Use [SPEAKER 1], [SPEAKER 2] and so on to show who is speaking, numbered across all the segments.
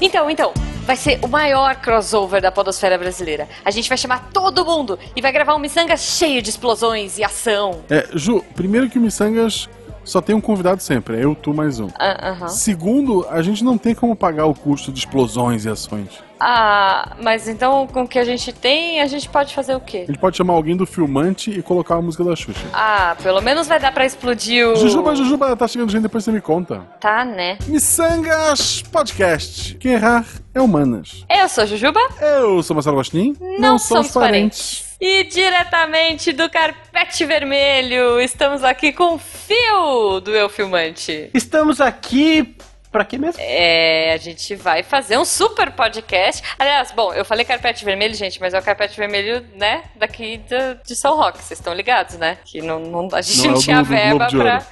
[SPEAKER 1] Então, então, vai ser o maior crossover da podosfera brasileira. A gente vai chamar todo mundo e vai gravar um miçanga cheio de explosões e ação.
[SPEAKER 2] É, Ju, primeiro que o Missangas só tem um convidado sempre, é eu, tu, mais um.
[SPEAKER 1] Ah, aham.
[SPEAKER 2] Segundo, a gente não tem como pagar o custo de explosões e ações.
[SPEAKER 1] Ah, mas então com o que a gente tem, a gente pode fazer o quê?
[SPEAKER 2] A gente pode chamar alguém do filmante e colocar a música da Xuxa.
[SPEAKER 1] Ah, pelo menos vai dar pra explodir o...
[SPEAKER 2] Jujuba, Jujuba, tá chegando gente, depois você me conta.
[SPEAKER 1] Tá, né?
[SPEAKER 2] Missangas Podcast. Quem errar é humanas.
[SPEAKER 1] Eu sou a Jujuba,
[SPEAKER 2] Eu sou Marcelo Gostin.
[SPEAKER 1] não, somos parentes. E diretamente do Carpete Vermelho, estamos aqui com o Fio do Eu Filmante.
[SPEAKER 3] Estamos aqui pra quê mesmo?
[SPEAKER 1] É, a gente vai fazer um super podcast. Aliás, bom, eu falei carpete vermelho, gente, mas é o carpete vermelho, né, daqui de, de São Roque, vocês estão ligados, né? Que não, não- a gente
[SPEAKER 2] Não é
[SPEAKER 1] não,
[SPEAKER 2] o do-
[SPEAKER 1] tinha
[SPEAKER 2] do
[SPEAKER 1] verba
[SPEAKER 2] Globo de
[SPEAKER 1] pra.
[SPEAKER 2] Ouro.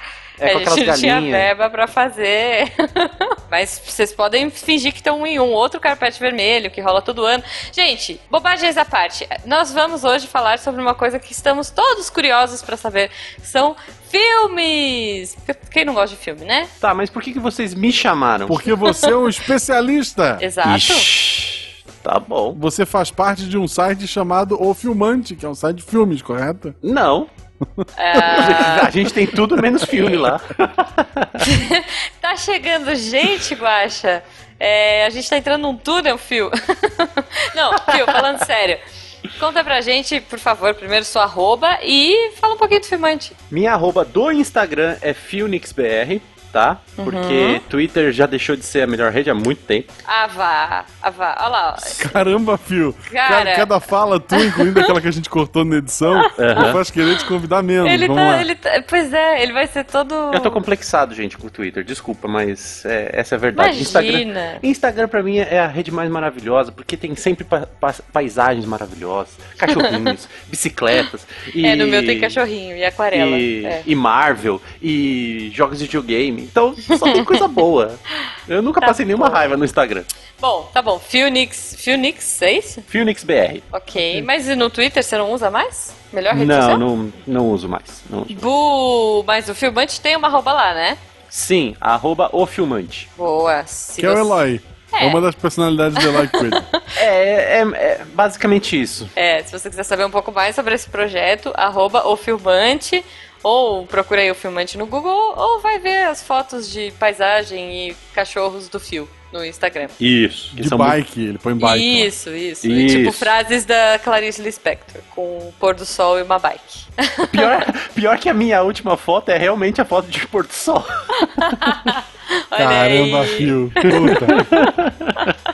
[SPEAKER 1] a
[SPEAKER 3] É, com
[SPEAKER 1] gente não
[SPEAKER 3] aquelas
[SPEAKER 1] tinha
[SPEAKER 3] galinhas.
[SPEAKER 1] verba pra fazer. Mas vocês podem fingir que estão em um outro carpete vermelho que rola todo ano. Gente, bobagens à parte, nós vamos hoje falar sobre uma coisa que estamos todos curiosos pra saber. São filmes! Quem não gosta de filme, né?
[SPEAKER 3] Tá, mas por que, que vocês me chamaram?
[SPEAKER 2] Porque você é um especialista.
[SPEAKER 1] Exato.
[SPEAKER 3] Ixi, tá bom.
[SPEAKER 2] Você faz parte de um site chamado O Filmante, que é um site de filmes, correto?
[SPEAKER 3] Não.
[SPEAKER 1] É.
[SPEAKER 3] A gente tem tudo menos filme lá.
[SPEAKER 1] Tá chegando gente, Guaxa. É, a gente tá entrando num túnel, Fio. Não, Fio, falando sério. Conta pra gente, por favor, primeiro sua arroba e fala um pouquinho do filmante.
[SPEAKER 3] Minha arroba do Instagram é FilnixBR, tá?
[SPEAKER 1] Uhum.
[SPEAKER 3] Porque Twitter já deixou de ser a melhor rede há muito tempo.
[SPEAKER 1] Ah, vá, ah, vá. Olha lá. ó.
[SPEAKER 2] Caramba, Fio.
[SPEAKER 1] Cara.
[SPEAKER 2] Ca- Cada fala tu, incluindo aquela que a gente cortou na edição, me faz querer te convidar menos.
[SPEAKER 1] Ele
[SPEAKER 2] Vamos
[SPEAKER 1] tá,
[SPEAKER 2] lá.
[SPEAKER 1] ele tá- Pois é, ele vai ser todo.
[SPEAKER 3] Eu tô complexado, gente, com o Twitter. Desculpa, mas é, essa é a verdade. Instagram,
[SPEAKER 1] Imagina.
[SPEAKER 3] Instagram pra mim é a rede mais maravilhosa, porque tem sempre pa- pa- paisagens maravilhosas, cachorrinhos, bicicletas. E...
[SPEAKER 1] É, no meu tem cachorrinho e aquarela.
[SPEAKER 3] e,
[SPEAKER 1] É.
[SPEAKER 3] e Marvel e jogos de videogame. Então só tem coisa boa. Eu nunca
[SPEAKER 1] Tá
[SPEAKER 3] passei nenhuma
[SPEAKER 1] bom.
[SPEAKER 3] raiva no Instagram.
[SPEAKER 1] Bom, tá bom. Phoenix. Phoenix, é isso?
[SPEAKER 3] Phoenix BR.
[SPEAKER 1] Ok. Mas e no Twitter você não usa mais? Melhor rede
[SPEAKER 3] Não,
[SPEAKER 1] social?
[SPEAKER 3] não, não uso mais. não uso.
[SPEAKER 1] Bu, mas o filmante tem uma arroba lá, né?
[SPEAKER 3] Sim, arroba o filmante.
[SPEAKER 1] Boa. Se
[SPEAKER 2] Que é o
[SPEAKER 1] você-
[SPEAKER 2] Eloy. É.
[SPEAKER 1] É.
[SPEAKER 2] uma das personalidades do Eloy Quid.
[SPEAKER 3] É, é, é basicamente isso.
[SPEAKER 1] É, se você quiser saber um pouco mais sobre esse projeto, arroba o filmante, ou procura aí o filmante no Google, ou vai ver as fotos de paisagem e cachorros do fio no Instagram.
[SPEAKER 3] Isso.
[SPEAKER 2] De bike, ele põe bike.
[SPEAKER 1] Isso, isso, E,
[SPEAKER 3] Isso.
[SPEAKER 1] tipo frases da Clarice Lispector, com o pôr do sol e uma bike.
[SPEAKER 3] Pior, pior que a minha última foto é realmente a foto de Porto Sol.
[SPEAKER 1] Olha
[SPEAKER 2] Caramba,
[SPEAKER 1] aí.
[SPEAKER 2] Fio. Puta.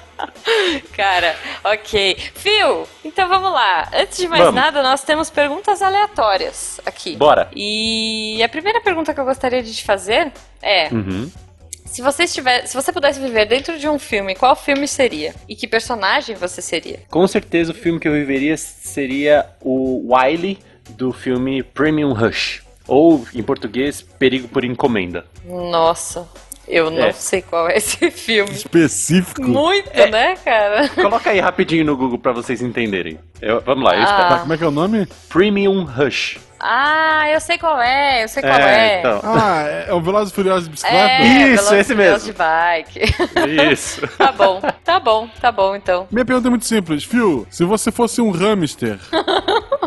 [SPEAKER 1] Cara, ok. Fio, então vamos lá. Antes de mais
[SPEAKER 3] Vamos.
[SPEAKER 1] nada, nós temos perguntas aleatórias aqui.
[SPEAKER 3] Bora.
[SPEAKER 1] E a primeira pergunta que eu gostaria de te fazer é:
[SPEAKER 3] Uhum.
[SPEAKER 1] se você estiver, se você pudesse viver dentro de um filme, qual filme seria? E que personagem você seria?
[SPEAKER 3] Com certeza o filme que eu viveria seria o Wiley do filme Premium Rush. Ou, em português, Perigo por Encomenda.
[SPEAKER 1] Nossa, eu não
[SPEAKER 3] É.
[SPEAKER 1] sei qual é esse filme.
[SPEAKER 2] Específico.
[SPEAKER 1] Muito, né, cara?
[SPEAKER 3] Coloca aí rapidinho no Google pra vocês entenderem. Eu- vamos lá, eu espero.
[SPEAKER 2] Tá,
[SPEAKER 1] Ah.
[SPEAKER 2] como é que é o nome?
[SPEAKER 3] Premium Rush.
[SPEAKER 1] Ah, eu sei qual é, eu sei qual é.
[SPEAKER 3] é, então.
[SPEAKER 2] Ah, é o Velozes e Furiosos de Bicicleta?
[SPEAKER 1] É,
[SPEAKER 3] Isso,
[SPEAKER 1] Velozes
[SPEAKER 3] esse
[SPEAKER 1] e Furiosos
[SPEAKER 3] mesmo.
[SPEAKER 1] De bike.
[SPEAKER 3] Isso.
[SPEAKER 1] tá bom, tá bom, tá bom então.
[SPEAKER 2] Minha pergunta é muito simples. Phil, se você fosse um hamster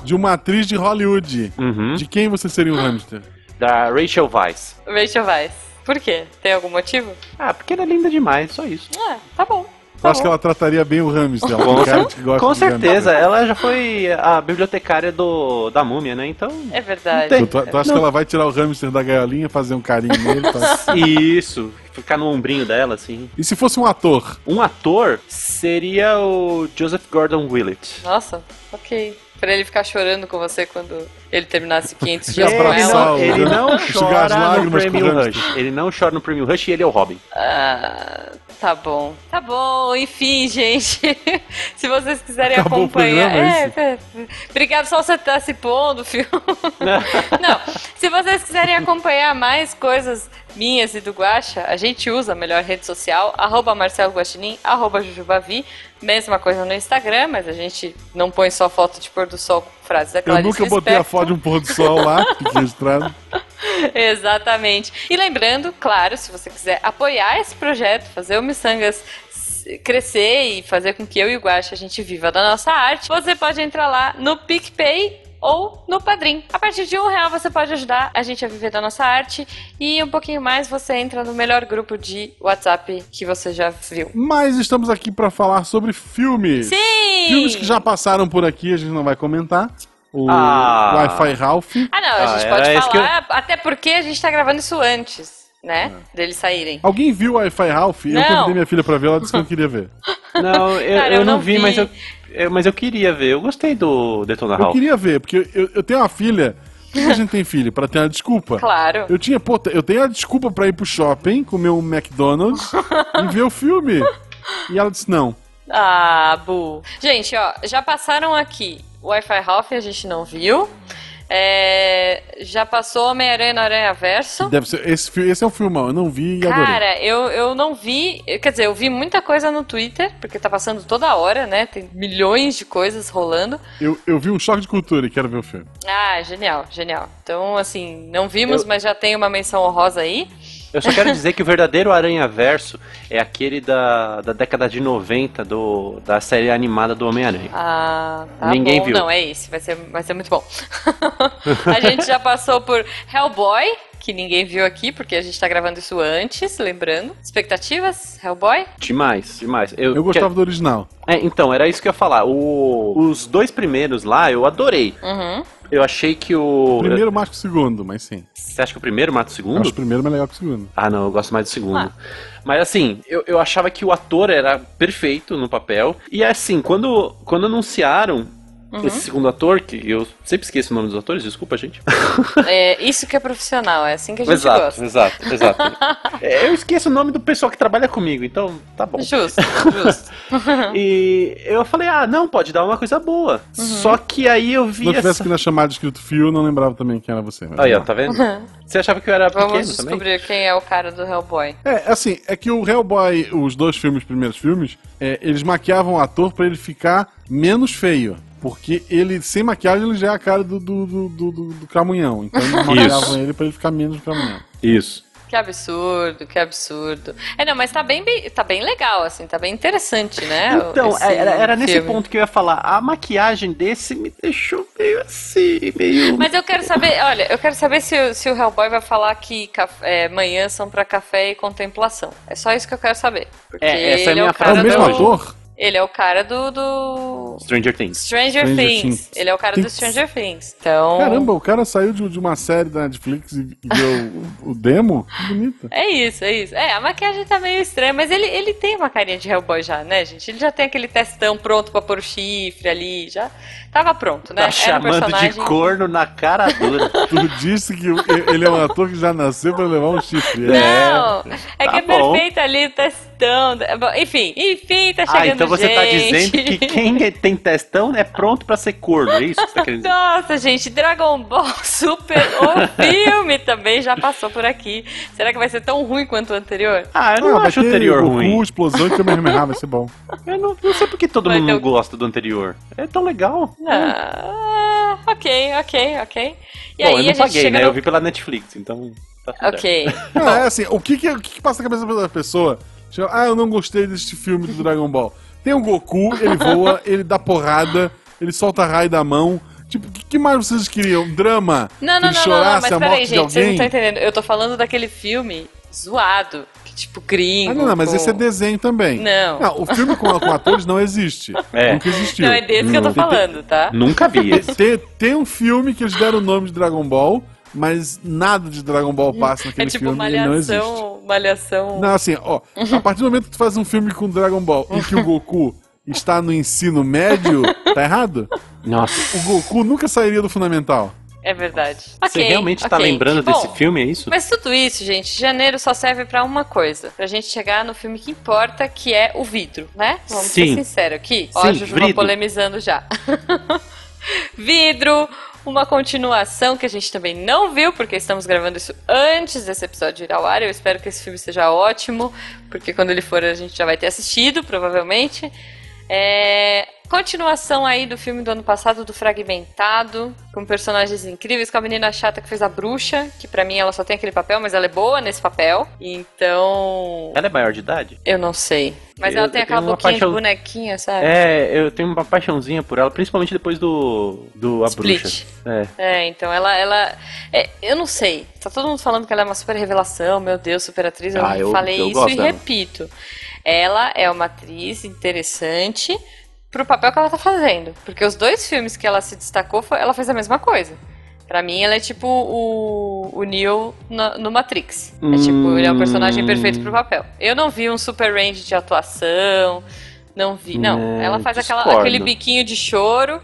[SPEAKER 2] de uma atriz de Hollywood,
[SPEAKER 3] Uhum.
[SPEAKER 2] de quem você seria um hamster?
[SPEAKER 1] Tá
[SPEAKER 3] Da Rachel Weisz.
[SPEAKER 1] Rachel Weiss. Por quê? Tem algum motivo?
[SPEAKER 3] Ah, porque ela é linda demais, só isso.
[SPEAKER 1] Ah, tá bom.
[SPEAKER 2] Eu
[SPEAKER 1] Tá
[SPEAKER 2] acho que
[SPEAKER 1] bom.
[SPEAKER 2] ela trataria bem o hamster. ela é um
[SPEAKER 3] Com,
[SPEAKER 2] cara
[SPEAKER 3] cer-
[SPEAKER 2] que gosta
[SPEAKER 3] com
[SPEAKER 2] de
[SPEAKER 3] certeza,
[SPEAKER 2] hamster.
[SPEAKER 3] ela já foi a bibliotecária do, da múmia, né? Então.
[SPEAKER 1] É verdade.
[SPEAKER 3] Não tem-
[SPEAKER 2] Tu, tu- tu acha
[SPEAKER 3] Não.
[SPEAKER 2] que ela vai tirar o hamster da gaiolinha, fazer um carinho nele? tá?
[SPEAKER 3] Isso, ficar no ombrinho dela, assim.
[SPEAKER 2] E se fosse um ator?
[SPEAKER 3] Um ator seria o Joseph Gordon Willett.
[SPEAKER 1] Nossa, ok. Pra ele ficar chorando com você quando ele terminasse 500 dias
[SPEAKER 2] Ele
[SPEAKER 1] com ela.
[SPEAKER 2] abraçar
[SPEAKER 3] não,
[SPEAKER 2] o-
[SPEAKER 3] ele não
[SPEAKER 2] enxugar as
[SPEAKER 3] chora no
[SPEAKER 2] lágrimas com
[SPEAKER 3] Premium
[SPEAKER 2] o
[SPEAKER 3] Rush. Ele não chora no Premium Rush e ele é o Robin.
[SPEAKER 1] Ah, tá bom. Tá bom, enfim, gente. Se vocês quiserem
[SPEAKER 2] Acabou o
[SPEAKER 1] acompanhar.
[SPEAKER 2] programa,
[SPEAKER 1] é,
[SPEAKER 2] isso?
[SPEAKER 1] é. obrigado só você estar se pondo, filho. não, se vocês quiserem acompanhar mais coisas minhas e do Guaxa, a gente usa a melhor rede social, arroba Marcelo Guaxinim, arroba Jujubavi. Mesma coisa no Instagram, mas a gente não põe só foto de pôr do sol com frases é da
[SPEAKER 2] Eu
[SPEAKER 1] Clarice
[SPEAKER 2] nunca botei a
[SPEAKER 1] Lispector.
[SPEAKER 2] foto de um pôr do sol lá, fica registrado.
[SPEAKER 1] Exatamente. E lembrando, claro, se você quiser apoiar esse projeto, fazer o Missangas crescer e fazer com que eu e o Guaxa a gente viva da nossa arte, você pode entrar lá no PicPay ou no Padrim. A partir de um real você pode ajudar a gente a viver da nossa arte e um pouquinho mais você entra no melhor grupo de WhatsApp que você já viu.
[SPEAKER 2] Mas estamos aqui pra falar sobre filmes.
[SPEAKER 1] Sim!
[SPEAKER 2] Filmes que já passaram por aqui, a gente não vai comentar. O
[SPEAKER 3] Ah.
[SPEAKER 2] Wi-Fi Ralph.
[SPEAKER 1] Ah, não, a
[SPEAKER 3] Ah,
[SPEAKER 1] gente
[SPEAKER 3] era
[SPEAKER 1] pode
[SPEAKER 3] esse que
[SPEAKER 1] falar, até porque a gente tá gravando isso antes, né?
[SPEAKER 3] Ah.
[SPEAKER 1] Deles saírem.
[SPEAKER 2] Alguém viu o Wi-Fi Ralph? Eu
[SPEAKER 1] Não.
[SPEAKER 2] convidei minha filha pra ver, ela disse que não queria ver.
[SPEAKER 3] Não, eu,
[SPEAKER 1] Cara,
[SPEAKER 3] eu
[SPEAKER 1] eu
[SPEAKER 3] não,
[SPEAKER 1] não
[SPEAKER 3] vi,
[SPEAKER 1] vi.
[SPEAKER 3] Mas, eu, eu- mas eu queria ver. Eu gostei do Detona
[SPEAKER 2] Eu
[SPEAKER 3] Ralph.
[SPEAKER 2] queria ver, porque eu, eu tenho uma filha. Por que a gente tem filho? Pra ter uma desculpa.
[SPEAKER 1] Claro.
[SPEAKER 2] Eu tinha, pô, eu tenho a desculpa pra ir pro shopping, comer um McDonald's e ver o filme. E ela disse não.
[SPEAKER 1] Ah, bu. Gente, ó, já passaram aqui o Wi-Fi Ralph, a gente não viu. É, já passou Homem-Aranha no Aranha Verso.
[SPEAKER 2] Deve ser, esse, fi- esse é um filmão, eu não vi e adorei.
[SPEAKER 1] Cara, eu, eu não vi. eu- Quer dizer, eu vi muita coisa no Twitter, porque tá passando toda hora, né? Tem milhões de coisas rolando.
[SPEAKER 2] Eu, eu vi um choque de cultura e quero ver o filme.
[SPEAKER 1] Ah, genial, genial. Então, assim, não vimos, mas já tem uma menção honrosa aí.
[SPEAKER 3] Eu só quero dizer que o verdadeiro Aranha Verso é aquele da, da década de 90 do, da série animada do Homem-Aranha.
[SPEAKER 1] Ah, tá
[SPEAKER 3] Ninguém
[SPEAKER 1] bom.
[SPEAKER 3] viu.
[SPEAKER 1] Não, é isso. Vai ser, vai ser muito bom. a gente já passou por Hellboy, que ninguém viu aqui, porque a gente tá gravando isso antes, lembrando. Expectativas? Hellboy?
[SPEAKER 3] Demais, demais. Eu,
[SPEAKER 2] Eu gostava do original.
[SPEAKER 3] É, então, era isso que eu ia falar. O- os dois primeiros lá eu adorei.
[SPEAKER 1] Uhum.
[SPEAKER 3] Eu achei que o.
[SPEAKER 2] Primeiro mais que o segundo, mas sim.
[SPEAKER 3] Você acha que o primeiro mata o
[SPEAKER 2] Eu
[SPEAKER 3] segundo?
[SPEAKER 2] acho o primeiro mais legal que o segundo.
[SPEAKER 3] Ah, não, eu gosto mais do segundo.
[SPEAKER 1] Ah.
[SPEAKER 3] Mas assim, eu, eu achava que o ator era perfeito no papel. E assim, quando, quando anunciaram
[SPEAKER 1] Uhum.
[SPEAKER 3] esse segundo ator, que eu sempre esqueço o nome dos atores, desculpa, gente.
[SPEAKER 1] É, isso que é profissional, é assim que a gente gosta.
[SPEAKER 3] exato, exato. É, eu esqueço o nome do pessoal que trabalha comigo, então tá bom.
[SPEAKER 1] Justo, justo.
[SPEAKER 3] E eu falei, ah, não, pode dar uma coisa boa.
[SPEAKER 1] Uhum.
[SPEAKER 3] Só que aí eu
[SPEAKER 2] Se
[SPEAKER 3] vi
[SPEAKER 2] não tivesse
[SPEAKER 3] essa.
[SPEAKER 2] aqui na chamada escrito fio, eu não lembrava também quem era você. mas
[SPEAKER 3] Aí, ó,
[SPEAKER 2] vamos lá.
[SPEAKER 3] tá vendo? Você achava que eu era pequeno
[SPEAKER 1] Uhum. Vamos
[SPEAKER 3] também?
[SPEAKER 1] descobrir quem é o cara do Hellboy.
[SPEAKER 2] É, assim, é que o Hellboy, os dois filmes, primeiros filmes, é, eles maquiavam o ator pra ele ficar menos feio. Porque ele, sem maquiagem, ele já é a cara do, do, do, do, do- do Cramunhão. Então eles maquiavam ele pra ele ficar menos Cramunhão.
[SPEAKER 3] Isso.
[SPEAKER 1] Que absurdo, que absurdo. É, não, mas tá bem, bem- tá bem legal, assim, tá bem interessante, né?
[SPEAKER 3] Então,
[SPEAKER 1] esse
[SPEAKER 3] era, era nesse
[SPEAKER 1] filme.
[SPEAKER 3] ponto que eu ia falar. A maquiagem desse me deixou meio assim, meio.
[SPEAKER 1] Mas eu quero saber, olha, eu quero saber se, o- se o Hellboy vai falar que caf- é, manhã são pra café e contemplação. É só isso que eu quero saber. Porque
[SPEAKER 3] É, essa é a
[SPEAKER 1] ele
[SPEAKER 3] minha
[SPEAKER 1] o cara
[SPEAKER 2] É
[SPEAKER 3] frase
[SPEAKER 2] o
[SPEAKER 1] do,
[SPEAKER 2] mesmo ator?
[SPEAKER 1] Ele é o cara do, do
[SPEAKER 3] Stranger Things.
[SPEAKER 1] Stranger,
[SPEAKER 2] Stranger
[SPEAKER 1] Things.
[SPEAKER 2] Things.
[SPEAKER 1] Ele é o cara do
[SPEAKER 2] Things.
[SPEAKER 1] Stranger Things. Então,
[SPEAKER 2] Caramba, o cara saiu de, de uma série da Netflix e e deu o, o demo? Que bonito.
[SPEAKER 1] é isso, é isso. É, a maquiagem tá meio estranha, mas ele, ele tem uma carinha de Hellboy já, né, gente? Ele já tem aquele testão pronto pra pôr o chifre ali, já tava pronto, né?
[SPEAKER 3] Tá
[SPEAKER 1] Era um
[SPEAKER 3] chamando de
[SPEAKER 1] personagem- Tá
[SPEAKER 3] corno na cara dura.
[SPEAKER 2] Tu disse que o- e- ele é um ator que já nasceu pra levar um chifre.
[SPEAKER 3] É.
[SPEAKER 1] Não, é
[SPEAKER 3] Tá
[SPEAKER 1] que é
[SPEAKER 3] bom.
[SPEAKER 1] perfeito ali o testão. Bom, Enfim, enfim, tá chegando
[SPEAKER 3] ah, então você
[SPEAKER 1] gente.
[SPEAKER 3] tá dizendo que quem tem testão é pronto pra ser corno, é isso que você tá querendo dizer?
[SPEAKER 1] Nossa, gente, Dragon Ball Super, o filme também já passou por aqui. Será que vai ser tão ruim quanto o anterior?
[SPEAKER 3] Ah, eu não,
[SPEAKER 2] vai
[SPEAKER 3] acho o
[SPEAKER 2] ter
[SPEAKER 3] anterior
[SPEAKER 2] Goku,
[SPEAKER 3] ruim.
[SPEAKER 2] explosão e Kamehameha, vai ser bom.
[SPEAKER 3] Eu não, não sei por que todo
[SPEAKER 1] Vai
[SPEAKER 3] mundo
[SPEAKER 1] ter
[SPEAKER 3] não
[SPEAKER 1] o-
[SPEAKER 3] gosta do anterior. É tão legal.
[SPEAKER 1] Ah, ok, ok, ok. E aí
[SPEAKER 3] Bom, eu não
[SPEAKER 1] a gente
[SPEAKER 3] paguei,
[SPEAKER 1] chega
[SPEAKER 3] né?
[SPEAKER 1] no...
[SPEAKER 3] Eu vi pela Netflix, então. Tá tudo
[SPEAKER 1] Ok.
[SPEAKER 3] certo.
[SPEAKER 2] Não, é assim, o que que, o que que passa na cabeça da pessoa? Tipo, Ah, eu não gostei deste filme do Dragon Ball. Tem o Goku, ele voa, ele dá porrada, ele solta raio da mão. Tipo, o que, que mais vocês queriam? Um Drama?
[SPEAKER 1] Não, não,
[SPEAKER 2] Que ele
[SPEAKER 1] não, não, não,
[SPEAKER 2] chorasse
[SPEAKER 1] mas
[SPEAKER 2] a morte
[SPEAKER 1] peraí,
[SPEAKER 2] de
[SPEAKER 1] gente, vocês não estão
[SPEAKER 2] alguém?
[SPEAKER 1] entendendo. Eu tô falando daquele filme zoado, que tipo gringo.
[SPEAKER 2] Ah, não, não, mas
[SPEAKER 1] com-
[SPEAKER 2] esse é desenho também.
[SPEAKER 1] Não.
[SPEAKER 2] o filme com, com atores não existe.
[SPEAKER 3] É.
[SPEAKER 2] Nunca existiu.
[SPEAKER 1] Não, é desse que eu tô
[SPEAKER 2] Tem- tem-
[SPEAKER 1] falando, tá?
[SPEAKER 3] Nunca vi esse.
[SPEAKER 2] Tem, tem um filme que eles deram o nome de Dragon Ball, mas nada de Dragon Ball passa naquele
[SPEAKER 1] É tipo
[SPEAKER 2] filme e não existe.
[SPEAKER 1] malhação, malhação.
[SPEAKER 2] Não, assim, ó, a partir do momento que tu faz um filme com Dragon Ball e que o Goku está no ensino médio, tá errado?
[SPEAKER 3] Nossa.
[SPEAKER 2] O Goku nunca sairia do fundamental.
[SPEAKER 1] É verdade.
[SPEAKER 3] Você realmente tá lembrando desse filme, é isso?
[SPEAKER 1] Mas tudo isso, gente, janeiro só serve pra uma coisa. Pra gente chegar no filme que importa, que é o vidro, né? Vamos ser
[SPEAKER 3] Sim.
[SPEAKER 1] sinceros aqui. Ó, a
[SPEAKER 3] Sim,
[SPEAKER 1] Jujuba
[SPEAKER 3] vidro.
[SPEAKER 1] polemizando já. vidro, uma continuação que a gente também não viu, porque estamos gravando isso antes desse episódio ir ao ar. Eu espero que esse filme seja ótimo, porque quando ele for a gente já vai ter assistido, provavelmente. É, Continuação aí do filme do ano passado, do Fragmentado, com personagens incríveis, com a menina chata que fez a bruxa, que pra mim ela só tem aquele papel, mas ela é boa nesse papel. Então.
[SPEAKER 3] Ela é maior de idade?
[SPEAKER 1] Eu não sei. Mas
[SPEAKER 3] Eu-
[SPEAKER 1] ela tem
[SPEAKER 3] eu
[SPEAKER 1] aquela
[SPEAKER 3] tenho uma
[SPEAKER 1] boquinha
[SPEAKER 3] paixão-
[SPEAKER 1] de bonequinha, sabe?
[SPEAKER 3] É, eu tenho uma paixãozinha por ela, principalmente depois do. do A
[SPEAKER 1] Split.
[SPEAKER 3] Bruxa. É.
[SPEAKER 1] É, então ela. ela é, eu não sei. Tá todo mundo falando que ela é uma super revelação, meu Deus, super atriz. Eu,
[SPEAKER 3] Ah, eu-
[SPEAKER 1] falei
[SPEAKER 3] eu
[SPEAKER 1] isso
[SPEAKER 3] gosto
[SPEAKER 1] e
[SPEAKER 3] dela.
[SPEAKER 1] repito. Ela é uma atriz interessante pro papel que ela tá fazendo. Porque os dois filmes que ela se destacou, foi- ela fez a mesma coisa. Pra mim, ela é tipo o, o Neo na- no Matrix. É tipo, ele é o personagem
[SPEAKER 3] Hum.
[SPEAKER 1] perfeito pro papel. Eu não vi um super range de atuação, não vi. Não,
[SPEAKER 2] Hum,
[SPEAKER 3] É,
[SPEAKER 1] ela faz aquela,
[SPEAKER 3] discordo.
[SPEAKER 1] aquele biquinho de choro,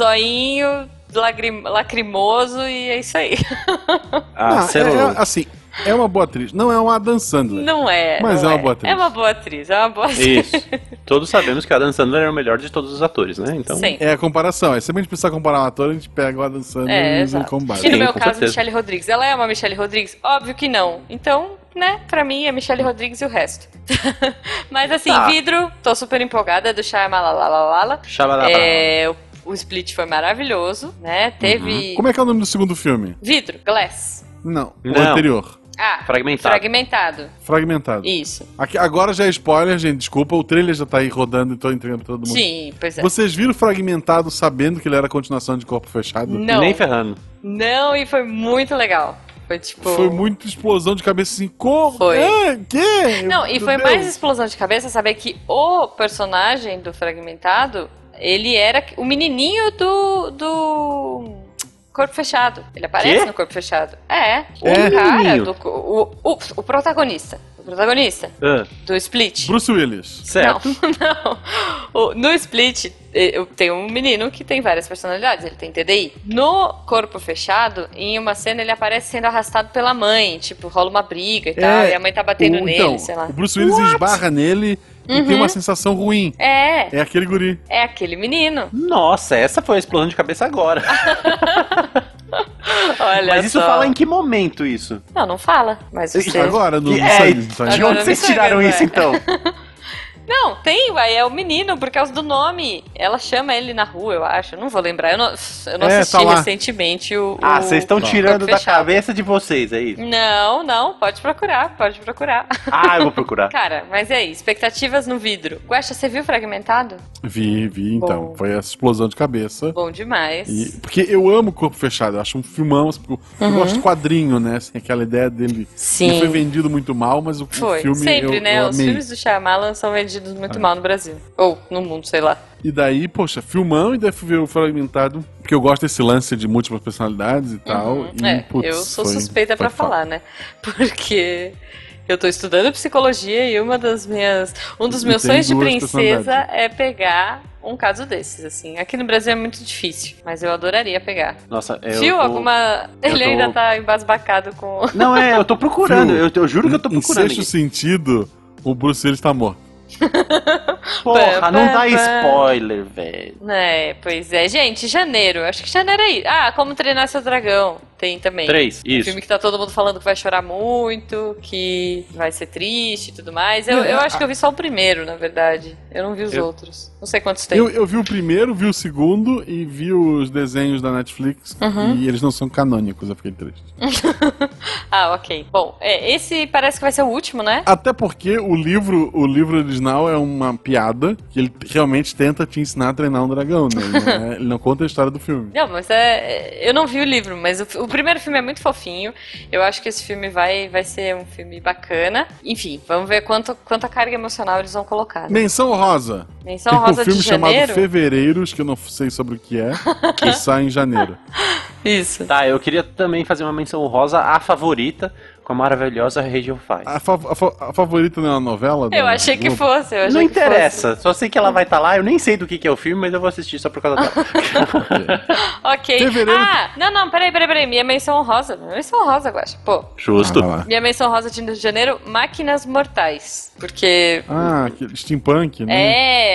[SPEAKER 1] zoinho lagrim- lacrimoso e é isso aí.
[SPEAKER 3] Ah,
[SPEAKER 2] Não,
[SPEAKER 3] sei
[SPEAKER 2] é-
[SPEAKER 3] lá.
[SPEAKER 2] é- assim, é uma boa atriz. Não é uma Adam Sandler.
[SPEAKER 1] Não é.
[SPEAKER 2] Mas
[SPEAKER 1] não
[SPEAKER 2] é uma boa atriz.
[SPEAKER 1] É uma boa atriz, é uma boa atriz.
[SPEAKER 3] Isso. Todos sabemos que a Adam Sandler é o melhor de todos os atores, né? Então.
[SPEAKER 1] Sim.
[SPEAKER 2] É a comparação. É sempre a gente precisa comparar um ator, a gente pega o Adam Sandler
[SPEAKER 1] É,
[SPEAKER 2] e usa em
[SPEAKER 1] exato.
[SPEAKER 2] combate.
[SPEAKER 1] E no
[SPEAKER 3] Sim,
[SPEAKER 1] meu
[SPEAKER 3] com
[SPEAKER 1] caso,
[SPEAKER 3] certeza.
[SPEAKER 1] Michelle Rodrigues. Ela é uma Michelle Rodrigues? Óbvio que não. Então, né, pra mim é Michelle Rodrigues e o resto. Mas assim,
[SPEAKER 3] Tá.
[SPEAKER 1] vidro, tô super empolgada do Shyamalalala.
[SPEAKER 2] Tá.
[SPEAKER 3] Xabalá.
[SPEAKER 1] É, o, o Split foi maravilhoso, né? Teve
[SPEAKER 2] Como é que é o nome do segundo filme?
[SPEAKER 1] vidro, glass.
[SPEAKER 2] Não, o
[SPEAKER 3] Não.
[SPEAKER 2] anterior.
[SPEAKER 1] Ah,
[SPEAKER 3] Fragmentado.
[SPEAKER 1] fragmentado.
[SPEAKER 2] Fragmentado.
[SPEAKER 1] Isso.
[SPEAKER 2] Aqui- agora já é spoiler, gente. Desculpa, o trailer já tá aí rodando e tô entregando pra todo mundo.
[SPEAKER 1] Sim, pois é.
[SPEAKER 2] Vocês viram Fragmentado sabendo que ele era a continuação de Corpo Fechado?
[SPEAKER 1] Não.
[SPEAKER 3] Nem ferrando.
[SPEAKER 1] Não, e foi muito legal. Foi tipo.
[SPEAKER 2] Foi muita explosão de cabeça assim, como?
[SPEAKER 1] Foi.
[SPEAKER 2] É, que?
[SPEAKER 1] Não, e
[SPEAKER 2] Meu
[SPEAKER 1] foi
[SPEAKER 2] Deus.
[SPEAKER 1] mais explosão de cabeça saber que o personagem do Fragmentado, ele era o menininho do. do Corpo Fechado. Ele aparece
[SPEAKER 3] Quê?
[SPEAKER 1] no Corpo Fechado. É. O
[SPEAKER 2] É?
[SPEAKER 1] cara
[SPEAKER 3] Menininho.
[SPEAKER 1] do. co- O, o, o protagonista. O protagonista
[SPEAKER 3] Ah,
[SPEAKER 1] do Split.
[SPEAKER 2] Bruce Willis.
[SPEAKER 3] certo.
[SPEAKER 1] Não, não. O- no Split, eh, eu- tem um menino que tem várias personalidades, ele tem TDI. No Corpo Fechado, em uma cena, ele aparece sendo arrastado pela mãe, tipo, rola uma briga e tal, e a mãe tá batendo
[SPEAKER 2] É, o-
[SPEAKER 1] nele,
[SPEAKER 2] então,
[SPEAKER 1] sei lá. Uhum.
[SPEAKER 2] O Bruce Willis esbarra nele e tem uma sensação ruim.
[SPEAKER 1] É,
[SPEAKER 2] É aquele guri.
[SPEAKER 1] é aquele menino.
[SPEAKER 3] Nossa, essa foi a explosão de cabeça agora.
[SPEAKER 1] Olha
[SPEAKER 3] Mas isso
[SPEAKER 1] só.
[SPEAKER 3] fala em que momento isso?
[SPEAKER 1] Não, não fala. Mas você...
[SPEAKER 2] Agora, no, tá? no
[SPEAKER 3] é,
[SPEAKER 2] sangue,
[SPEAKER 3] de
[SPEAKER 2] sabe?
[SPEAKER 1] Agora
[SPEAKER 3] onde
[SPEAKER 1] no
[SPEAKER 3] vocês
[SPEAKER 1] sangue,
[SPEAKER 3] tiraram
[SPEAKER 1] não é?
[SPEAKER 3] isso então?
[SPEAKER 1] Não, tem, uai, é o menino, por causa do nome. Ela chama ele na rua, eu acho. Eu Não vou lembrar. Eu não, eu não
[SPEAKER 2] É,
[SPEAKER 1] assisti
[SPEAKER 2] tá lá.
[SPEAKER 1] recentemente o.
[SPEAKER 3] Ah,
[SPEAKER 1] o
[SPEAKER 3] vocês estão
[SPEAKER 1] Corpo
[SPEAKER 3] tirando da
[SPEAKER 1] Fechado.
[SPEAKER 3] cabeça de vocês, é isso?
[SPEAKER 1] Não, não, pode procurar, pode procurar.
[SPEAKER 3] Ah, eu vou procurar.
[SPEAKER 1] Cara, mas e aí? Expectativas no vidro. Guaxa, você viu Fragmentado?
[SPEAKER 2] Vi, vi, então.
[SPEAKER 1] Bom.
[SPEAKER 2] Foi essa explosão de cabeça.
[SPEAKER 1] Bom demais.
[SPEAKER 2] E- porque eu amo Corpo Fechado, eu acho um filmão. assim, Eu eu
[SPEAKER 3] Uhum.
[SPEAKER 2] gosto do quadrinho, né? Assim, aquela ideia dele.
[SPEAKER 1] Sim.
[SPEAKER 2] Ele foi vendido muito mal, mas o, o
[SPEAKER 1] Foi.
[SPEAKER 2] filme
[SPEAKER 1] Sempre,
[SPEAKER 2] eu,
[SPEAKER 1] né?
[SPEAKER 2] eu
[SPEAKER 1] Os
[SPEAKER 2] amei. Ah.
[SPEAKER 1] filmes do Shyamalan são vendidos muito mal no Brasil. Ou no mundo, sei lá.
[SPEAKER 2] E daí, poxa, filmão e daí fui ver o fragmentado. Porque eu gosto desse lance de múltiplas personalidades e tal.
[SPEAKER 1] Uhum.
[SPEAKER 2] e,
[SPEAKER 1] é,
[SPEAKER 2] putz,
[SPEAKER 1] eu sou
[SPEAKER 2] foi-
[SPEAKER 1] suspeita
[SPEAKER 2] foi
[SPEAKER 1] pra
[SPEAKER 2] foda.
[SPEAKER 1] falar, né? Porque eu tô estudando psicologia e uma das minhas, um dos
[SPEAKER 2] E
[SPEAKER 1] meus
[SPEAKER 2] tem
[SPEAKER 1] sonhos de
[SPEAKER 2] duas
[SPEAKER 1] princesa
[SPEAKER 2] personalidades.
[SPEAKER 1] é pegar um caso desses, assim. Aqui no Brasil é muito difícil, mas eu adoraria pegar.
[SPEAKER 3] Nossa, eu.
[SPEAKER 1] Viu
[SPEAKER 3] tô-
[SPEAKER 1] alguma?
[SPEAKER 3] eu
[SPEAKER 1] Ele
[SPEAKER 3] tô-
[SPEAKER 1] ainda tá embasbacado com
[SPEAKER 3] Não, é, eu tô procurando.
[SPEAKER 2] Viu?
[SPEAKER 3] Eu, eu juro que eu tô
[SPEAKER 2] Em
[SPEAKER 3] procurando.
[SPEAKER 2] sexto sentido, o Bruce Willis tá morto.
[SPEAKER 3] Porra, não dá
[SPEAKER 1] Pã, pã, pã.
[SPEAKER 3] spoiler, velho.
[SPEAKER 1] É, pois é. Gente, janeiro. Acho que janeiro aí. Ah, Como Treinar Seu Dragão. Tem também.
[SPEAKER 3] Três, isso.
[SPEAKER 1] Filme que tá todo mundo falando que vai chorar muito, que vai ser triste e tudo mais. Eu, eu acho que eu vi só o primeiro, na verdade. Eu não vi os
[SPEAKER 3] Eu-
[SPEAKER 1] outros. Não sei quantos tem.
[SPEAKER 2] Eu, eu vi o primeiro, vi o segundo e vi os desenhos da Netflix.
[SPEAKER 1] Uhum.
[SPEAKER 2] E eles não são canônicos, eu fiquei triste.
[SPEAKER 1] Ah, ok. Bom, é, esse parece que vai ser o último, né?
[SPEAKER 2] Até porque o livro, o livro original é uma piada que ele realmente tenta te ensinar a treinar um dragão, né? Ele não, é- ele não conta a história do filme.
[SPEAKER 1] Não, mas é. é, Eu não vi o livro, mas o, o primeiro filme é muito fofinho. Eu acho que esse filme vai, vai ser um filme bacana. Enfim, vamos ver quanto, quanta carga emocional eles vão colocar. Né?
[SPEAKER 2] Menção rosa.
[SPEAKER 1] Menção
[SPEAKER 3] Tipo,
[SPEAKER 2] Tem um
[SPEAKER 1] Rosa
[SPEAKER 2] filme
[SPEAKER 1] de Janeiro.
[SPEAKER 2] chamado Fevereiros, que eu não sei sobre o que é, que sai em janeiro.
[SPEAKER 1] Isso.
[SPEAKER 3] Tá, eu queria também fazer uma menção rosa à favorita com a maravilhosa Rachel Fiennes.
[SPEAKER 2] A, fa- a fa- a favorita não é uma novela?
[SPEAKER 1] Eu
[SPEAKER 2] da-
[SPEAKER 1] achei que
[SPEAKER 2] Globo?
[SPEAKER 1] fosse, eu achei
[SPEAKER 3] Não
[SPEAKER 1] que
[SPEAKER 3] interessa, só sei que ela vai estar lá, eu nem sei do que, que é o filme, mas eu vou assistir só por causa dela.
[SPEAKER 1] fosse. Ok.
[SPEAKER 2] Fevereiro.
[SPEAKER 1] Ah, não, não, peraí, peraí, peraí. Minha menção honrosa. Minha menção honrosa, eu acho. Pô.
[SPEAKER 3] Justo.
[SPEAKER 2] Ah, lá.
[SPEAKER 1] Minha menção rosa de janeiro, Máquinas Mortais. Porque.
[SPEAKER 2] Ah, aquele steampunk, né?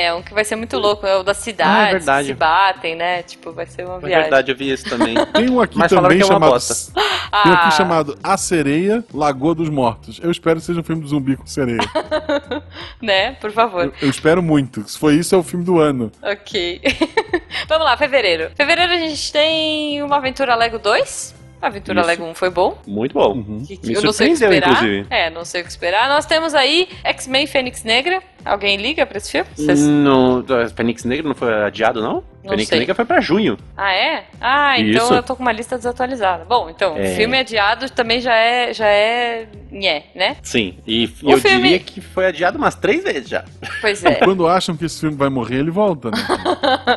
[SPEAKER 1] É, é um que vai ser muito louco, é o da
[SPEAKER 3] hum. Ah, é
[SPEAKER 1] cidade,
[SPEAKER 3] verdade.
[SPEAKER 1] se batem, né? Tipo, vai ser uma
[SPEAKER 3] É
[SPEAKER 1] viagem.
[SPEAKER 3] verdade, eu vi isso também.
[SPEAKER 2] Tem um aqui
[SPEAKER 3] Mas falaram
[SPEAKER 2] também
[SPEAKER 3] que é uma
[SPEAKER 2] chamado.
[SPEAKER 3] bosta.
[SPEAKER 2] Tem um
[SPEAKER 1] Ah,
[SPEAKER 2] aqui chamado A Sereia, Sereia, Lagoa dos Mortos. Eu espero que seja um filme do zumbi com sereia.
[SPEAKER 1] né? Por favor.
[SPEAKER 2] Eu, eu espero muito. Se foi isso, é o filme do ano.
[SPEAKER 1] Ok. Vamos lá, fevereiro. Fevereiro a gente tem uma aventura Lego 2. A aventura
[SPEAKER 3] Isso.
[SPEAKER 1] Lego 1 foi bom.
[SPEAKER 3] Muito bom.
[SPEAKER 2] Uhum.
[SPEAKER 1] Que, que
[SPEAKER 3] Me
[SPEAKER 1] eu não sei o que
[SPEAKER 3] surpreendeu,
[SPEAKER 1] esperar.
[SPEAKER 3] inclusive.
[SPEAKER 1] É, não sei o que esperar. Nós temos aí X-Men Fênix Negra. Alguém liga pra esse filme? Vocês-
[SPEAKER 3] Hum. Não, Fênix Negra não foi adiado, não?
[SPEAKER 1] Não
[SPEAKER 3] Fênix
[SPEAKER 1] sei.
[SPEAKER 3] Negra foi pra junho.
[SPEAKER 1] Ah, é? Ah, então
[SPEAKER 3] Isso.
[SPEAKER 1] eu tô com uma lista desatualizada. Bom, então,
[SPEAKER 3] É.
[SPEAKER 1] filme adiado também já é. já é. nhé, né?
[SPEAKER 3] Sim. E f-
[SPEAKER 1] O
[SPEAKER 3] eu
[SPEAKER 1] filme-
[SPEAKER 3] diria que foi adiado umas três vezes já.
[SPEAKER 1] Pois é.
[SPEAKER 2] Quando acham que esse filme vai morrer, ele volta, né?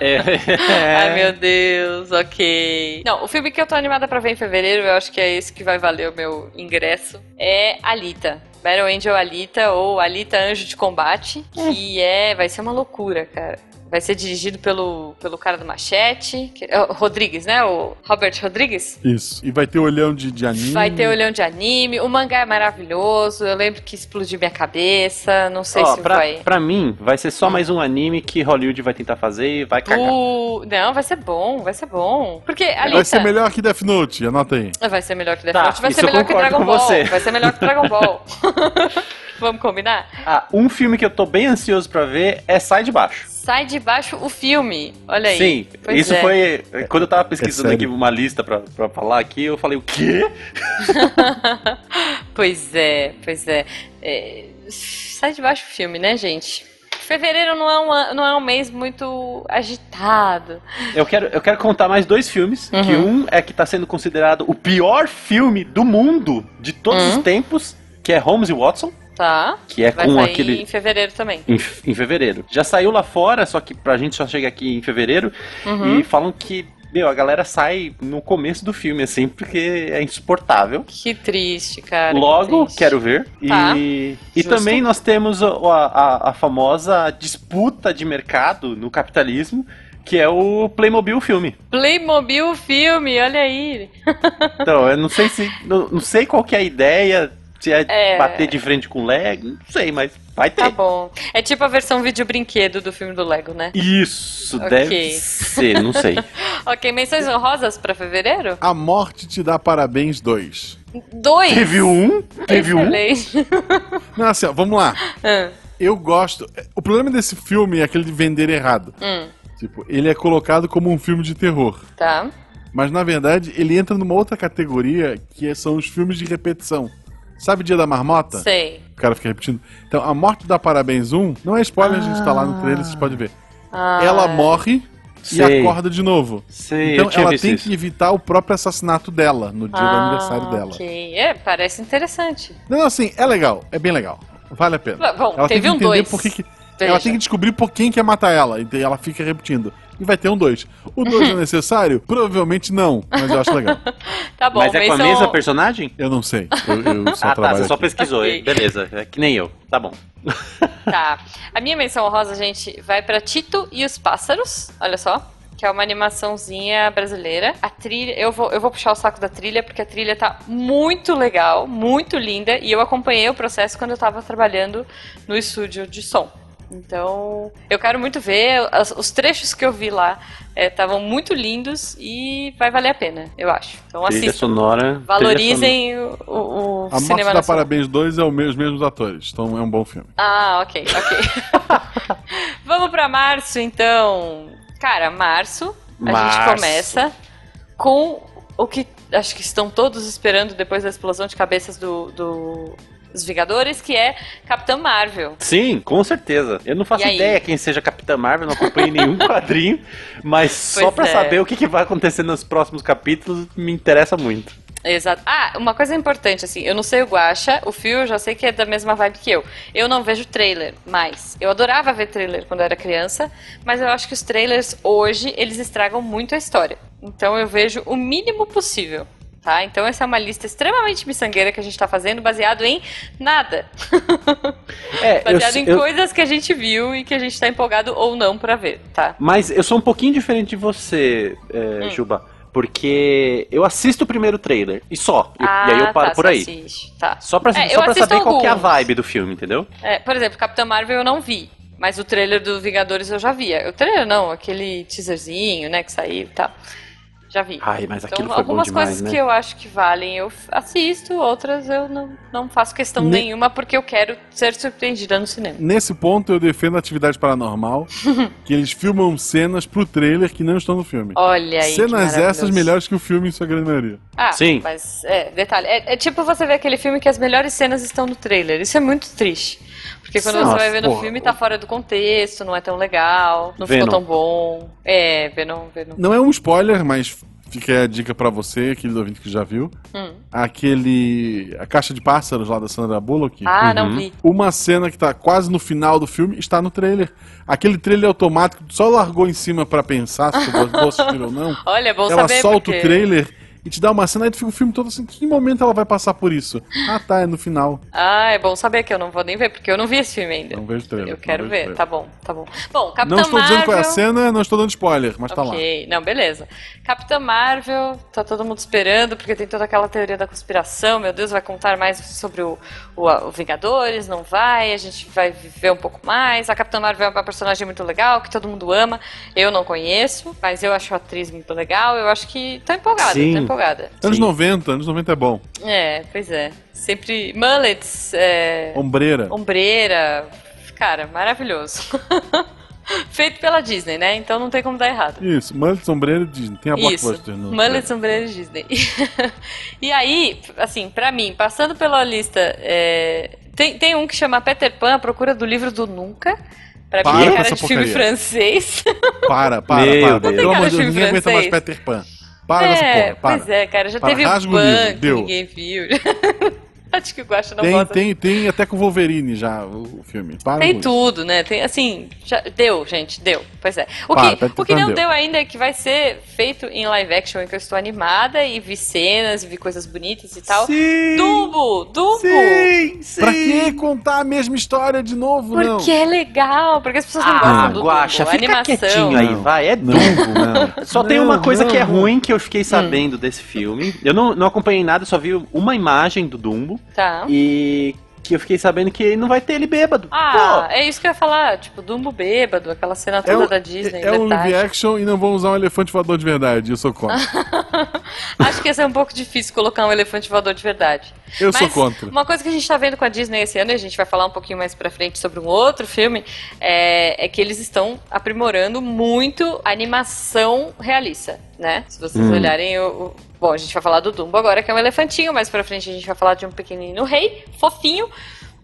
[SPEAKER 3] É.
[SPEAKER 1] Ah. Ai, meu Deus, ok. Não, o filme que eu tô animada pra ver em fevereiro, eu acho que é esse que vai valer o meu ingresso, é Alita. Battle Angel Alita, ou Alita Anjo de Combate, que é... vai ser uma loucura, cara. Vai ser dirigido pelo, pelo cara do Machete, que- é o Rodrigues, né? O Robert Rodrigues.
[SPEAKER 2] Isso. E vai ter olhão de, de anime.
[SPEAKER 1] Vai ter olhão de anime, o mangá é maravilhoso, eu lembro que explodiu minha cabeça, não sei
[SPEAKER 3] Ó,
[SPEAKER 1] se
[SPEAKER 3] pra,
[SPEAKER 1] vai...
[SPEAKER 3] pra mim, vai ser só mais um anime que Hollywood vai tentar fazer e vai
[SPEAKER 1] Uh.
[SPEAKER 3] cagar.
[SPEAKER 1] Bu- Não, vai ser bom, vai ser bom. Porque Alita...
[SPEAKER 2] Vai ser melhor que Death Note, anota aí.
[SPEAKER 1] Vai ser melhor que Death
[SPEAKER 3] Tá,
[SPEAKER 1] Note, vai
[SPEAKER 3] isso
[SPEAKER 1] ser
[SPEAKER 3] eu
[SPEAKER 1] melhor que
[SPEAKER 3] concordo
[SPEAKER 1] Dragon
[SPEAKER 3] com
[SPEAKER 1] Ball.
[SPEAKER 3] você.
[SPEAKER 1] Vai ser melhor que Dragon Ball. Vamos combinar?
[SPEAKER 3] Ah, um filme que eu tô bem ansioso pra ver é Sai de Baixo.
[SPEAKER 1] Sai de baixo o filme. Olha aí.
[SPEAKER 3] Sim,
[SPEAKER 1] Pois
[SPEAKER 3] isso
[SPEAKER 1] é.
[SPEAKER 3] foi. Quando eu tava pesquisando
[SPEAKER 2] sério.
[SPEAKER 3] aqui uma lista pra, pra falar aqui, eu falei, o quê?
[SPEAKER 1] pois é, pois é. É, Sai de baixo o filme, né, gente? Fevereiro não é um, an- não é um mês muito agitado.
[SPEAKER 3] Eu quero, eu quero contar mais dois filmes.
[SPEAKER 1] Uhum.
[SPEAKER 3] Que um é que tá sendo considerado o pior filme do mundo de todos
[SPEAKER 1] Uhum.
[SPEAKER 3] os tempos, que é Holmes e Watson,
[SPEAKER 1] Tá?
[SPEAKER 3] que é
[SPEAKER 1] Vai
[SPEAKER 3] com
[SPEAKER 1] sair
[SPEAKER 3] aquele.
[SPEAKER 1] em fevereiro também.
[SPEAKER 3] Em, em fevereiro. Já saiu lá fora, só que pra gente só chega aqui em fevereiro.
[SPEAKER 1] Uhum.
[SPEAKER 3] E falam que, meu, a galera sai no começo do filme, assim, porque é insuportável.
[SPEAKER 1] Que triste, cara. que
[SPEAKER 3] Logo,
[SPEAKER 1] triste.
[SPEAKER 3] quero ver. E,
[SPEAKER 1] Tá.
[SPEAKER 3] e
[SPEAKER 1] Justo.
[SPEAKER 3] também nós temos a, a- a famosa disputa de mercado no capitalismo, que é o Playmobil filme.
[SPEAKER 1] Playmobil o filme, olha aí.
[SPEAKER 3] Então, eu não sei se. Não, não sei qual que é a ideia, se é,
[SPEAKER 1] É.
[SPEAKER 3] bater de frente com o Lego, não sei, mas vai ter.
[SPEAKER 1] Tá bom. É tipo a versão vídeo brinquedo do filme do Lego, né?
[SPEAKER 3] Isso
[SPEAKER 1] Ok.
[SPEAKER 3] deve ser, não sei.
[SPEAKER 1] Ok, menções honrosas pra fevereiro?
[SPEAKER 2] A Morte Te Dá Parabéns 2.
[SPEAKER 1] Dois!
[SPEAKER 3] teve um, teve um.
[SPEAKER 1] Excelente.
[SPEAKER 2] Não, assim, ó, vamos lá.
[SPEAKER 1] Ah,
[SPEAKER 2] Eu gosto. O problema desse filme é aquele de vender errado.
[SPEAKER 1] hum,
[SPEAKER 2] Tipo, ele é colocado como um filme de terror.
[SPEAKER 1] tá.
[SPEAKER 2] Mas na verdade, ele entra numa outra categoria que é- são os filmes de repetição. Sabe Dia da Marmota?
[SPEAKER 1] Sei.
[SPEAKER 2] O cara fica repetindo. Então, a morte da Parabéns 1, não é spoiler, a gente tá lá no trailer, vocês podem ver.
[SPEAKER 1] Ah,
[SPEAKER 2] Ela morre e
[SPEAKER 3] Sei.
[SPEAKER 2] acorda de novo.
[SPEAKER 3] Sei,
[SPEAKER 2] então
[SPEAKER 3] eu tinha
[SPEAKER 2] ela
[SPEAKER 3] visto
[SPEAKER 2] tem
[SPEAKER 3] isso.
[SPEAKER 2] que evitar o próprio assassinato dela no dia do
[SPEAKER 1] ah,
[SPEAKER 2] aniversário dela.
[SPEAKER 1] Ok. É, parece interessante.
[SPEAKER 2] Não, não, assim, é legal, é bem legal. Vale a pena.
[SPEAKER 1] Bom,
[SPEAKER 2] ela
[SPEAKER 1] teve
[SPEAKER 2] tem que
[SPEAKER 1] um
[SPEAKER 2] entender
[SPEAKER 1] dois.
[SPEAKER 2] por que que-
[SPEAKER 1] Veja.
[SPEAKER 2] Ela tem que descobrir por quem quer matar ela. E ela fica repetindo. E vai ter um dois O dois é necessário? Provavelmente não, mas eu acho legal.
[SPEAKER 1] Tá bom,
[SPEAKER 3] Mas é com a
[SPEAKER 1] menção-
[SPEAKER 3] mesma personagem?
[SPEAKER 2] Eu não sei. Eu, eu só
[SPEAKER 3] ah, tá,
[SPEAKER 2] trabalho
[SPEAKER 3] você só
[SPEAKER 2] aqui.
[SPEAKER 3] pesquisou.
[SPEAKER 1] Ok.
[SPEAKER 3] Beleza, é que nem eu. Tá bom.
[SPEAKER 1] Tá. A minha menção honrosa, gente, vai pra Tito e os Pássaros. Olha só. Que é uma animaçãozinha brasileira. A trilha, eu vou, eu vou puxar o saco da trilha, porque a trilha tá muito legal, muito linda. E eu acompanhei o processo quando eu tava trabalhando no estúdio de som. Então, eu quero muito ver. as- os trechos que eu vi lá estavam muito lindos e vai valer a pena, eu acho. Então
[SPEAKER 3] trilha
[SPEAKER 1] assistam.
[SPEAKER 3] sonora. trilha
[SPEAKER 1] Valorizem o, o, o
[SPEAKER 2] A Morte
[SPEAKER 1] cinema
[SPEAKER 2] da
[SPEAKER 1] nacional.
[SPEAKER 2] Parabéns 2 é o me- os mesmos atores, então é um bom filme.
[SPEAKER 1] Ah, ok, ok. Vamos pra março, então. Cara, março, a gente
[SPEAKER 3] Março.
[SPEAKER 1] começa com o que acho que estão todos esperando depois da explosão de cabeças do, do- dos Vingadores, que é Capitã Marvel.
[SPEAKER 3] Sim, com certeza. Eu não faço
[SPEAKER 1] E aí?
[SPEAKER 3] ideia quem seja Capitã Marvel, não acompanho nenhum quadrinho, mas só
[SPEAKER 1] Pois
[SPEAKER 3] pra
[SPEAKER 1] é.
[SPEAKER 3] saber o que, que vai acontecer nos próximos capítulos me interessa muito.
[SPEAKER 1] Exato. Ah, uma coisa importante, assim, eu não sei o Guacha, o Phil eu já sei que é da mesma vibe que eu. Eu não vejo trailer mais. Eu adorava ver trailer quando eu era criança, mas eu acho que os trailers hoje, eles estragam muito a história. Então eu vejo o mínimo possível. Tá? Então essa é uma lista extremamente miçangueira que a gente tá fazendo, baseado em nada.
[SPEAKER 3] É, eu,
[SPEAKER 1] baseado em
[SPEAKER 3] eu-
[SPEAKER 1] coisas que a gente viu e que a gente tá empolgado ou não pra ver, tá?
[SPEAKER 3] mas eu sou um pouquinho diferente de você, é,
[SPEAKER 1] Hum.
[SPEAKER 3] Juba, porque eu assisto o primeiro trailer e só. E- e aí eu paro
[SPEAKER 1] tá,
[SPEAKER 3] por
[SPEAKER 1] só
[SPEAKER 3] aí.
[SPEAKER 1] assiste, Tá.
[SPEAKER 3] Só pra,
[SPEAKER 1] É, eu
[SPEAKER 3] só pra
[SPEAKER 1] assisto
[SPEAKER 3] saber qual que é a
[SPEAKER 1] alguns.
[SPEAKER 3] vibe do filme, entendeu?
[SPEAKER 1] É, por exemplo, Capitã Marvel eu não vi, mas o trailer do Vingadores eu já via. O trailer não, aquele teaserzinho, né, que saiu e tal. já vi.
[SPEAKER 3] Ai, mas Ah, aquilo
[SPEAKER 1] Então,
[SPEAKER 3] foi bom
[SPEAKER 1] algumas
[SPEAKER 3] demais,
[SPEAKER 1] coisas
[SPEAKER 3] né?
[SPEAKER 1] que eu acho que valem eu assisto, outras eu não, não faço questão
[SPEAKER 2] Ne-
[SPEAKER 1] nenhuma porque eu quero ser surpreendida no cinema.
[SPEAKER 2] Nesse ponto, eu defendo a atividade paranormal, que eles filmam cenas pro trailer que não estão no filme.
[SPEAKER 1] Olha aí. que
[SPEAKER 2] Cenas essas
[SPEAKER 1] maravilhoso.
[SPEAKER 2] melhores que o filme em sua grande maioria.
[SPEAKER 1] Ah,
[SPEAKER 3] Sim.
[SPEAKER 1] Mas, é, detalhe. É, é tipo você ver aquele filme que as melhores cenas estão no trailer. Isso é muito triste. Porque quando
[SPEAKER 3] Nossa,
[SPEAKER 1] você vai ver no
[SPEAKER 3] porra.
[SPEAKER 1] filme, tá fora do contexto, não é tão legal, não
[SPEAKER 3] Venom.
[SPEAKER 1] ficou tão bom. É, Venom, Venom.
[SPEAKER 2] Não é um spoiler, mas fica aí a dica pra você, querido ouvinte que já viu.
[SPEAKER 1] Hum.
[SPEAKER 2] Aquele. A caixa de pássaros lá da Sandra Bullock.
[SPEAKER 1] Ah,
[SPEAKER 3] Uhum.
[SPEAKER 1] não vi.
[SPEAKER 2] Uma cena que tá quase no final do filme está no trailer. Aquele trailer automático que tu só largou em cima pra pensar se tu gostou, se tirou ou não.
[SPEAKER 1] Olha, é bom
[SPEAKER 2] ela
[SPEAKER 1] saber
[SPEAKER 2] solta
[SPEAKER 1] porque...
[SPEAKER 2] o trailer e te dá uma cena e tu fica o filme todo assim, que momento ela vai passar por isso? Ah tá, é no final.
[SPEAKER 1] Ah, é bom saber que eu não vou nem ver, porque eu não vi esse filme ainda.
[SPEAKER 2] Não vejo trailer.
[SPEAKER 1] Eu
[SPEAKER 2] não
[SPEAKER 1] quero
[SPEAKER 2] vejo
[SPEAKER 1] ver,
[SPEAKER 2] trailer.
[SPEAKER 1] tá bom, tá bom. Bom, Capitão
[SPEAKER 2] Não estou
[SPEAKER 1] Marvel...
[SPEAKER 2] dizendo qual é a cena, não estou dando spoiler, mas tá lá.
[SPEAKER 1] Ok, não, beleza. Capitã Marvel, tá todo mundo esperando, porque tem toda aquela teoria da conspiração. Meu Deus, vai contar mais sobre o, o, o Vingadores? Não vai, a gente vai viver um pouco mais. A Capitã Marvel é uma personagem muito legal, que todo mundo ama. Eu não conheço, mas eu acho a atriz muito legal. Eu acho que tá empolgada,
[SPEAKER 3] Sim.
[SPEAKER 1] tá empolgada.
[SPEAKER 2] Anos
[SPEAKER 3] Sim.
[SPEAKER 2] 90, anos 90 é bom.
[SPEAKER 1] É, pois é. Sempre. Mullets, é,
[SPEAKER 2] Ombreira.
[SPEAKER 1] ombreira. Cara, maravilhoso. Feito pela Disney, né? Então não tem como dar errado.
[SPEAKER 2] Isso, Mullets, Ombreira e Disney. Tem a
[SPEAKER 1] Isso,
[SPEAKER 2] Blockbuster. no- É.
[SPEAKER 1] Mullet, Sombreiro e Disney. e aí, assim, pra mim, passando pela lista, é, tem, tem um que chama Peter Pan, A Procura do Livro do Nunca. Pra
[SPEAKER 2] Para
[SPEAKER 1] mim
[SPEAKER 2] com
[SPEAKER 1] tem cara
[SPEAKER 2] essa
[SPEAKER 1] de filme
[SPEAKER 2] porcaria.
[SPEAKER 1] francês.
[SPEAKER 2] Para, para,
[SPEAKER 3] Meu
[SPEAKER 2] para.
[SPEAKER 3] Deus.
[SPEAKER 2] Pelo amor
[SPEAKER 1] Cara,
[SPEAKER 2] de
[SPEAKER 1] filme
[SPEAKER 2] Deus, ninguém aguenta mais
[SPEAKER 1] francês.
[SPEAKER 2] Peter Pan. Para
[SPEAKER 1] é,
[SPEAKER 2] dessa porra, para.
[SPEAKER 1] Pois é, cara, já
[SPEAKER 2] Para,
[SPEAKER 1] teve o
[SPEAKER 2] rasga o livro,
[SPEAKER 1] Pan, que
[SPEAKER 2] deu.
[SPEAKER 1] ninguém viu. Acho que o Guaxa não
[SPEAKER 2] Tem,
[SPEAKER 1] gosta.
[SPEAKER 2] tem, tem até com o Wolverine já o o filme. Para
[SPEAKER 1] Tem
[SPEAKER 2] com isso.
[SPEAKER 1] tudo, né? Tem assim, já deu, gente, deu. Pois é. O
[SPEAKER 2] Para, tá
[SPEAKER 1] que,
[SPEAKER 2] Peter
[SPEAKER 1] o que
[SPEAKER 2] Pan
[SPEAKER 1] não
[SPEAKER 2] deu.
[SPEAKER 1] deu ainda é que vai ser feito em live action, em que eu estou animada e vi cenas, e vi coisas bonitas e tal.
[SPEAKER 3] Sim!
[SPEAKER 1] Dumbo! Dumbo!
[SPEAKER 3] Sim! Sim!
[SPEAKER 2] Pra que contar a mesma história de novo, não?
[SPEAKER 1] Porque é legal, porque as pessoas não
[SPEAKER 3] Ah,
[SPEAKER 1] gostam do
[SPEAKER 3] guacha,
[SPEAKER 1] Dumbo.
[SPEAKER 3] fica
[SPEAKER 1] animação.
[SPEAKER 3] quietinho aí,
[SPEAKER 2] Não.
[SPEAKER 3] vai, é
[SPEAKER 2] Não,
[SPEAKER 3] Dumbo.
[SPEAKER 2] não.
[SPEAKER 3] Só tem
[SPEAKER 2] Não,
[SPEAKER 3] uma coisa
[SPEAKER 2] não,
[SPEAKER 3] que é
[SPEAKER 2] não.
[SPEAKER 3] ruim que eu fiquei
[SPEAKER 1] Hum.
[SPEAKER 3] sabendo desse filme. Eu não, não acompanhei nada, só vi uma imagem do Dumbo
[SPEAKER 1] Tá.
[SPEAKER 3] e que eu fiquei sabendo que não vai ter ele bêbado.
[SPEAKER 1] Ah, é isso que eu ia falar. Tipo, Dumbo bêbado, aquela cena toda
[SPEAKER 2] um-
[SPEAKER 1] da Disney.
[SPEAKER 2] É um
[SPEAKER 1] verdade. Ah,
[SPEAKER 2] live action e não vão usar um elefante voador de verdade. Eu sou contra.
[SPEAKER 1] Acho que ia ser um pouco difícil colocar um elefante voador de verdade.
[SPEAKER 2] Eu
[SPEAKER 1] Mas
[SPEAKER 2] sou contra.
[SPEAKER 1] Uma coisa que a gente tá vendo com a Disney esse ano, e a gente vai falar um pouquinho mais pra frente sobre um outro filme, é, é que eles estão aprimorando muito a animação realista, né? Se vocês
[SPEAKER 3] Hum.
[SPEAKER 1] olharem o, o- Bom, a gente vai falar do Dumbo agora, que é um elefantinho, mais pra frente a gente vai falar de um pequenino rei, fofinho,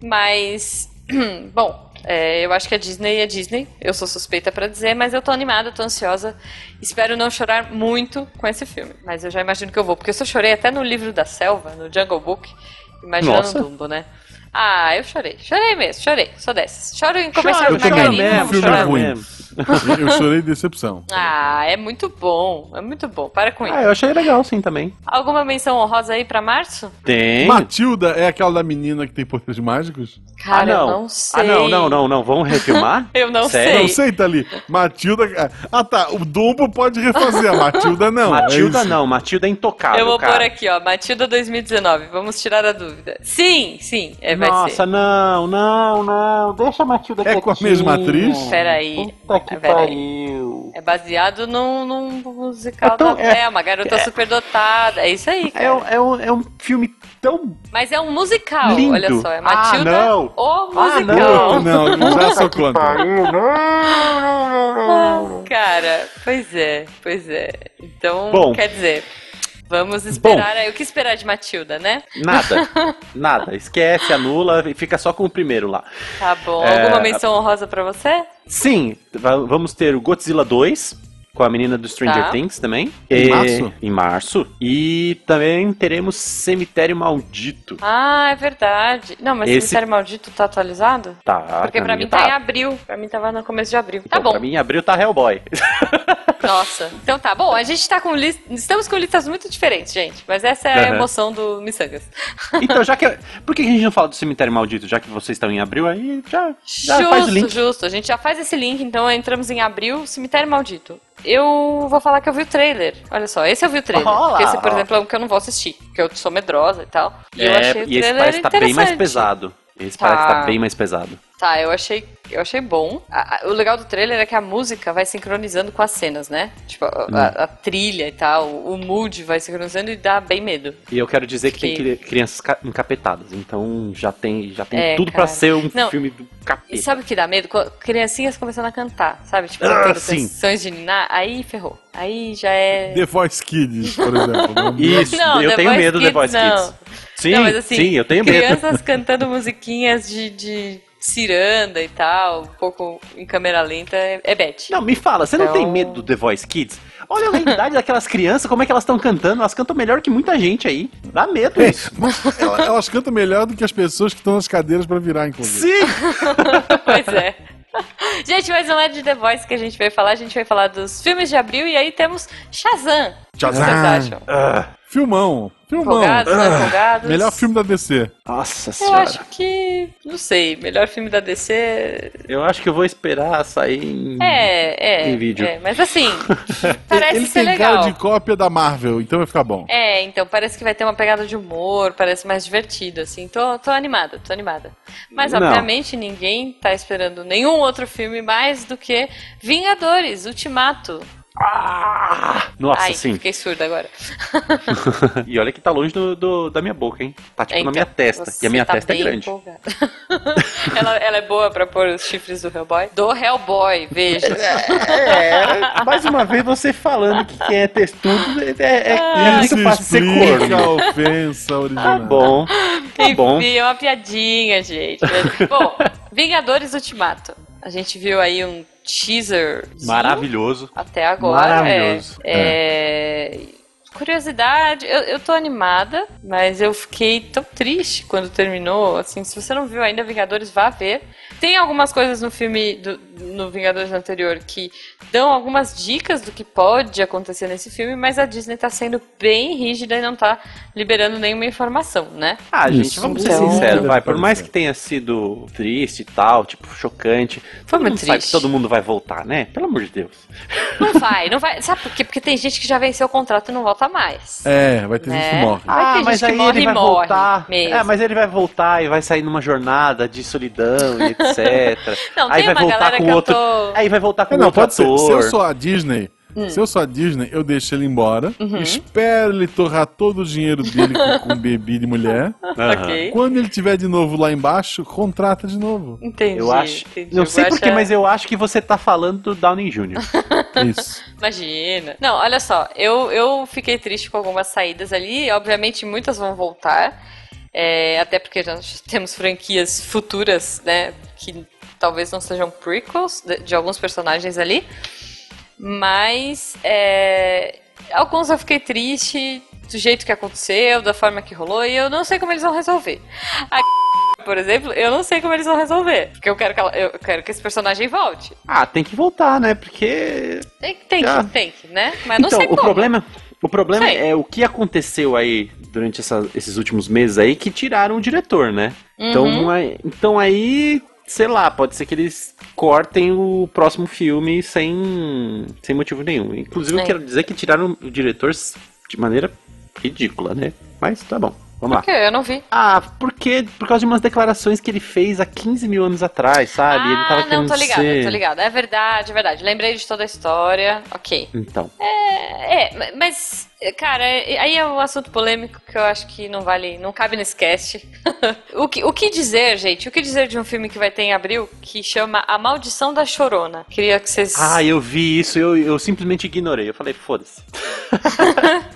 [SPEAKER 1] mas. Bom. é, eu acho que a Disney é Disney, eu sou suspeita pra dizer, mas eu tô animada, tô ansiosa. Espero não chorar muito com esse filme, mas eu já imagino que eu vou, porque eu só chorei até no livro da selva, no Jungle Book, imaginando
[SPEAKER 3] Nossa.
[SPEAKER 1] o Dumbo, né? Ah, eu chorei. Chorei mesmo, chorei. Sou dessas. Choro em
[SPEAKER 3] é
[SPEAKER 1] conversar
[SPEAKER 2] Chora,
[SPEAKER 1] com
[SPEAKER 2] chora
[SPEAKER 1] Margarida.
[SPEAKER 2] mesmo,
[SPEAKER 1] vamos
[SPEAKER 2] filme
[SPEAKER 1] chorar.
[SPEAKER 2] ruim. Eu chorei de decepção.
[SPEAKER 1] Ah, é muito bom. É muito bom. Para com
[SPEAKER 3] Ah,
[SPEAKER 1] isso.
[SPEAKER 3] eu achei legal sim também.
[SPEAKER 1] Alguma menção honrosa aí pra março?
[SPEAKER 3] Tem.
[SPEAKER 2] Matilda é aquela da menina que tem poderes mágicos?
[SPEAKER 1] Cara,
[SPEAKER 3] ah, não.
[SPEAKER 1] eu não sei.
[SPEAKER 3] Ah, não, não, não, não. Vamos refilmar?
[SPEAKER 1] Eu não
[SPEAKER 3] Sério?
[SPEAKER 1] sei.
[SPEAKER 2] Não sei, tá ali. Matilda. Ah, tá. O Dumbo pode refazer. A Matilda não. é
[SPEAKER 3] Matilda
[SPEAKER 2] isso.
[SPEAKER 3] não, Matilda é intocável.
[SPEAKER 1] eu vou
[SPEAKER 3] cara.
[SPEAKER 1] pôr aqui, ó. Matilda 2019. Vamos tirar a dúvida. Sim, sim. É, vai
[SPEAKER 3] Nossa,
[SPEAKER 1] ser.
[SPEAKER 3] não, não, não. Deixa a Matilda
[SPEAKER 2] É com a
[SPEAKER 3] quietinha.
[SPEAKER 2] mesma atriz?
[SPEAKER 1] Peraí,
[SPEAKER 3] Puta que
[SPEAKER 1] peraí.
[SPEAKER 3] pariu.
[SPEAKER 1] É baseado num, num musical
[SPEAKER 3] Então,
[SPEAKER 1] da
[SPEAKER 3] é-
[SPEAKER 1] Thelma, garota superdotada. É isso aí, cara.
[SPEAKER 3] É, um- é um, é um filme tão.
[SPEAKER 1] Mas é um musical,
[SPEAKER 3] Lindo.
[SPEAKER 1] olha só. É
[SPEAKER 3] Ah,
[SPEAKER 1] Matilda
[SPEAKER 3] não.
[SPEAKER 1] ou
[SPEAKER 3] Ah,
[SPEAKER 1] musical.
[SPEAKER 2] Não, não, já sou contra.
[SPEAKER 3] Não, não, não, não.
[SPEAKER 1] Cara, pois é, pois é. Então,
[SPEAKER 3] Bom.
[SPEAKER 1] quer dizer, vamos esperar aí. O que esperar de Matilda, né?
[SPEAKER 3] Nada, nada. Esquece, anula e fica só com o primeiro lá.
[SPEAKER 1] Tá bom.
[SPEAKER 3] É.
[SPEAKER 1] Alguma menção honrosa pra você?
[SPEAKER 3] Sim, va- vamos ter o Godzilla 2 com a menina do Stranger
[SPEAKER 1] Tá.
[SPEAKER 3] Things também.
[SPEAKER 2] Em
[SPEAKER 3] E-
[SPEAKER 2] março?
[SPEAKER 3] Em março. E também teremos Cemitério Maldito.
[SPEAKER 1] Ah, é verdade. Não, mas
[SPEAKER 3] Esse-
[SPEAKER 1] Esse... Ministério Maldito tá atualizado?
[SPEAKER 3] Tá,
[SPEAKER 1] Porque pra
[SPEAKER 3] minha
[SPEAKER 1] mim tá em
[SPEAKER 3] tá.
[SPEAKER 1] abril. Pra mim tava no começo de abril. Tá
[SPEAKER 3] Então,
[SPEAKER 1] bom.
[SPEAKER 3] Pra mim, em abril tá Hellboy.
[SPEAKER 1] Nossa. Então tá bom. A gente tá com lista. Estamos com listas muito diferentes, gente. Mas essa é a
[SPEAKER 3] Aham.
[SPEAKER 1] emoção do Missangas.
[SPEAKER 3] Então, já que. Por que a gente não fala do cemitério maldito? Já que vocês estão em abril, aí já, já faz o
[SPEAKER 1] justo,
[SPEAKER 3] link.
[SPEAKER 1] justo. A gente já faz esse link, então entramos em abril, Cemitério Maldito. Eu vou falar que eu vi o trailer. Olha só, esse eu vi o trailer.
[SPEAKER 3] Olá.
[SPEAKER 1] Porque esse, por exemplo, é um que eu não vou assistir, porque eu sou medrosa e tal. E eu achei o
[SPEAKER 3] É, e esse
[SPEAKER 1] trailer
[SPEAKER 3] parece que tá bem mais
[SPEAKER 1] interessante.
[SPEAKER 3] pesado. Esse
[SPEAKER 1] Tá.
[SPEAKER 3] parece que tá bem mais pesado.
[SPEAKER 1] Tá, eu achei, eu achei bom. A- a- o legal do trailer é que a música vai sincronizando com as cenas, né? Tipo, a,
[SPEAKER 3] Hum.
[SPEAKER 1] a- a trilha e tal, o, o mood vai sincronizando e dá bem medo.
[SPEAKER 3] E eu quero dizer que, tem
[SPEAKER 1] Que-
[SPEAKER 3] cri- crianças ca- encapetadas, então já tem, já tem
[SPEAKER 1] Tipo É,
[SPEAKER 3] tudo
[SPEAKER 1] cara.
[SPEAKER 3] pra ser um
[SPEAKER 1] Não,
[SPEAKER 3] filme do
[SPEAKER 1] E
[SPEAKER 3] capeta.
[SPEAKER 1] sabe o que dá medo? Quando criancinhas começando a cantar, sabe? Tipo,
[SPEAKER 3] Ah,
[SPEAKER 1] cantando
[SPEAKER 3] sim.
[SPEAKER 1] canções de Niná, aí ferrou. Aí já é.
[SPEAKER 2] The Voice Kids, por exemplo.
[SPEAKER 3] Isso,
[SPEAKER 1] Não,
[SPEAKER 3] eu
[SPEAKER 1] The
[SPEAKER 3] tenho
[SPEAKER 1] Voice
[SPEAKER 3] medo do
[SPEAKER 1] Kids,
[SPEAKER 3] The Voice
[SPEAKER 1] não.
[SPEAKER 3] Kids. Sim,
[SPEAKER 1] Não, mas assim,
[SPEAKER 3] sim, eu tenho medo.
[SPEAKER 1] Crianças cantando musiquinhas de, de ciranda e tal, um pouco em câmera lenta, é, é bete.
[SPEAKER 3] Não, me fala, você não
[SPEAKER 1] Então-
[SPEAKER 3] tem medo do The Voice Kids? Olha a idade daquelas crianças, como é que elas estão cantando, elas cantam melhor que muita gente aí. Dá medo isso.
[SPEAKER 2] Elas, elas cantam melhor do que as pessoas que estão nas cadeiras pra virar, inclusive.
[SPEAKER 3] Sim!
[SPEAKER 1] Pois é. gente, mas não é de The Voice que a gente veio falar, a gente veio falar dos filmes de abril e aí temos Shazam. O que
[SPEAKER 2] Shazam!
[SPEAKER 1] vocês acham?
[SPEAKER 3] Ah,
[SPEAKER 2] Filmão. Filmão. Ah,
[SPEAKER 1] Folgados, não
[SPEAKER 3] né?
[SPEAKER 1] é folgados?
[SPEAKER 2] Melhor filme da DC.
[SPEAKER 3] nossa
[SPEAKER 1] Eu
[SPEAKER 3] senhora.
[SPEAKER 1] acho que. Não sei, melhor filme da DC.
[SPEAKER 3] Eu acho que eu vou esperar sair em...
[SPEAKER 1] É, é.
[SPEAKER 3] Tem vídeo.
[SPEAKER 1] é, mas assim, parece
[SPEAKER 2] Ele
[SPEAKER 1] ser
[SPEAKER 2] tem
[SPEAKER 1] legal.
[SPEAKER 2] cara de cópia da Marvel, então vai ficar bom.
[SPEAKER 1] É, então parece que vai ter uma pegada de humor, parece mais divertido, assim. Tô, tô animada, tô animada. Mas,
[SPEAKER 3] Não.
[SPEAKER 1] obviamente, ninguém tá esperando nenhum outro filme mais do que Vingadores, Ultimato.
[SPEAKER 3] Ah! Nossa,
[SPEAKER 1] Ai,
[SPEAKER 3] sim.
[SPEAKER 1] fiquei surda agora.
[SPEAKER 3] E olha que tá longe do, do- da minha boca, hein? Tá tipo
[SPEAKER 1] É, então,
[SPEAKER 3] na minha testa.
[SPEAKER 1] você
[SPEAKER 3] E a minha
[SPEAKER 1] tá
[SPEAKER 3] testa é
[SPEAKER 1] bem
[SPEAKER 3] grande.
[SPEAKER 1] empolgada. ela, ela é boa pra pôr os chifres do Hellboy? Do Hellboy, veja.
[SPEAKER 3] É, mais uma vez você falando que quem é testudo é, é, é
[SPEAKER 1] Ah.
[SPEAKER 3] muito fácil ser
[SPEAKER 2] explica
[SPEAKER 3] corno.
[SPEAKER 2] a ofensa original.
[SPEAKER 3] Tá bom, tá bom.
[SPEAKER 1] Enfim, é uma piadinha, gente. Mas, Bom, Vingadores Ultimato. A gente viu aí um teaser
[SPEAKER 3] Maravilhoso.
[SPEAKER 1] até agora.
[SPEAKER 3] Maravilhoso.
[SPEAKER 1] É, é, Curiosidade, eu, eu tô animada, mas eu fiquei tão triste quando terminou. Assim, se você não viu ainda Vingadores, vá ver. Tem algumas coisas no filme, do- no Vingadores anterior, que dão algumas dicas do que pode acontecer nesse filme, mas a Disney tá sendo bem rígida e não tá liberando nenhuma informação, né?
[SPEAKER 3] Ah, gente,
[SPEAKER 2] Isso. é
[SPEAKER 3] vamos ser
[SPEAKER 1] Então-
[SPEAKER 3] sinceros, vai. Por
[SPEAKER 2] Deve
[SPEAKER 3] mais
[SPEAKER 2] parecer.
[SPEAKER 3] que tenha sido triste e tal, tipo, chocante.
[SPEAKER 1] Foi
[SPEAKER 3] todo
[SPEAKER 1] muito
[SPEAKER 3] mundo sabe que
[SPEAKER 1] triste.
[SPEAKER 3] todo mundo vai voltar, né? Pelo amor de Deus.
[SPEAKER 1] Não vai, não vai. Sabe por quê? Porque tem gente que já venceu o contrato e não volta mais.
[SPEAKER 2] É, vai ter gente que
[SPEAKER 1] É.
[SPEAKER 2] morre.
[SPEAKER 1] Vai
[SPEAKER 3] Ah,
[SPEAKER 1] ter gente que morre e morre mesmo.
[SPEAKER 3] É, mas ele vai voltar e vai sair numa jornada de solidão e etc.
[SPEAKER 1] Não,
[SPEAKER 3] aí
[SPEAKER 1] tem
[SPEAKER 3] vai
[SPEAKER 1] uma
[SPEAKER 3] voltar
[SPEAKER 1] galera
[SPEAKER 3] com
[SPEAKER 1] que
[SPEAKER 3] outro.
[SPEAKER 1] eu tô.
[SPEAKER 3] Aí vai voltar com
[SPEAKER 2] É, não,
[SPEAKER 3] outro
[SPEAKER 2] pode ser. Se eu
[SPEAKER 3] ator.
[SPEAKER 2] sou a Disney,
[SPEAKER 3] Hum.
[SPEAKER 2] se eu sou a Disney, eu deixo ele embora,
[SPEAKER 3] Uhum.
[SPEAKER 2] espero ele torrar todo o dinheiro dele com, com bebida e mulher.
[SPEAKER 3] Aham.
[SPEAKER 1] Ok.
[SPEAKER 2] Quando ele tiver de novo lá embaixo, contrata de novo.
[SPEAKER 1] Entendi.
[SPEAKER 3] Eu acho.
[SPEAKER 1] entendi.
[SPEAKER 3] Não
[SPEAKER 1] Eu é
[SPEAKER 3] sei
[SPEAKER 1] vou
[SPEAKER 3] porquê,
[SPEAKER 1] achar-
[SPEAKER 3] mas eu acho que você tá falando do Downey Jr.
[SPEAKER 2] É Isso.
[SPEAKER 1] Imagina. Não, olha só, eu, eu fiquei triste com algumas saídas ali, obviamente muitas vão voltar, é, até porque nós temos franquias futuras, né, que talvez não sejam prequels de, de alguns personagens ali, mas é, alguns eu fiquei triste do jeito que aconteceu, da forma que rolou, e eu não sei como eles vão resolver. A por exemplo, eu não sei como eles vão resolver, porque eu quero que, ela- eu quero que esse personagem volte.
[SPEAKER 3] ah, tem que voltar, né? Porque.
[SPEAKER 1] Tem que, tem
[SPEAKER 3] Ah.
[SPEAKER 1] que, tem que, né? Mas não
[SPEAKER 3] então,
[SPEAKER 1] sei
[SPEAKER 3] o
[SPEAKER 1] como.
[SPEAKER 3] problema. O problema
[SPEAKER 1] Sei.
[SPEAKER 3] é o que aconteceu aí durante essa- esses últimos meses aí que tiraram o diretor, né?
[SPEAKER 1] Uhum.
[SPEAKER 3] Então, aí, então aí, sei lá, pode ser que eles cortem o próximo filme sem, sem motivo nenhum. Inclusive,
[SPEAKER 1] É.
[SPEAKER 3] eu quero dizer que tiraram o diretor de maneira ridícula, né? Mas tá bom, vamos lá.
[SPEAKER 1] Por quê? Eu não vi.
[SPEAKER 3] Ah, porque por causa de umas declarações que ele fez há 15 mil anos atrás, sabe? ele tava
[SPEAKER 1] ah, não,
[SPEAKER 3] querendo
[SPEAKER 1] tô ligado,
[SPEAKER 3] ser...
[SPEAKER 1] tô ligado. É verdade, é verdade. Lembrei de toda a história. Ok.
[SPEAKER 3] Então,
[SPEAKER 1] É, é, mas, cara, é- aí é um assunto polêmico que eu acho que não vale, não cabe nesse cast. o, que, o que dizer, gente? O que dizer de um filme que vai ter em abril que chama A Maldição da Chorona? Queria que vocês.
[SPEAKER 3] ah, eu vi isso, eu, eu simplesmente ignorei. Eu falei, foda-se.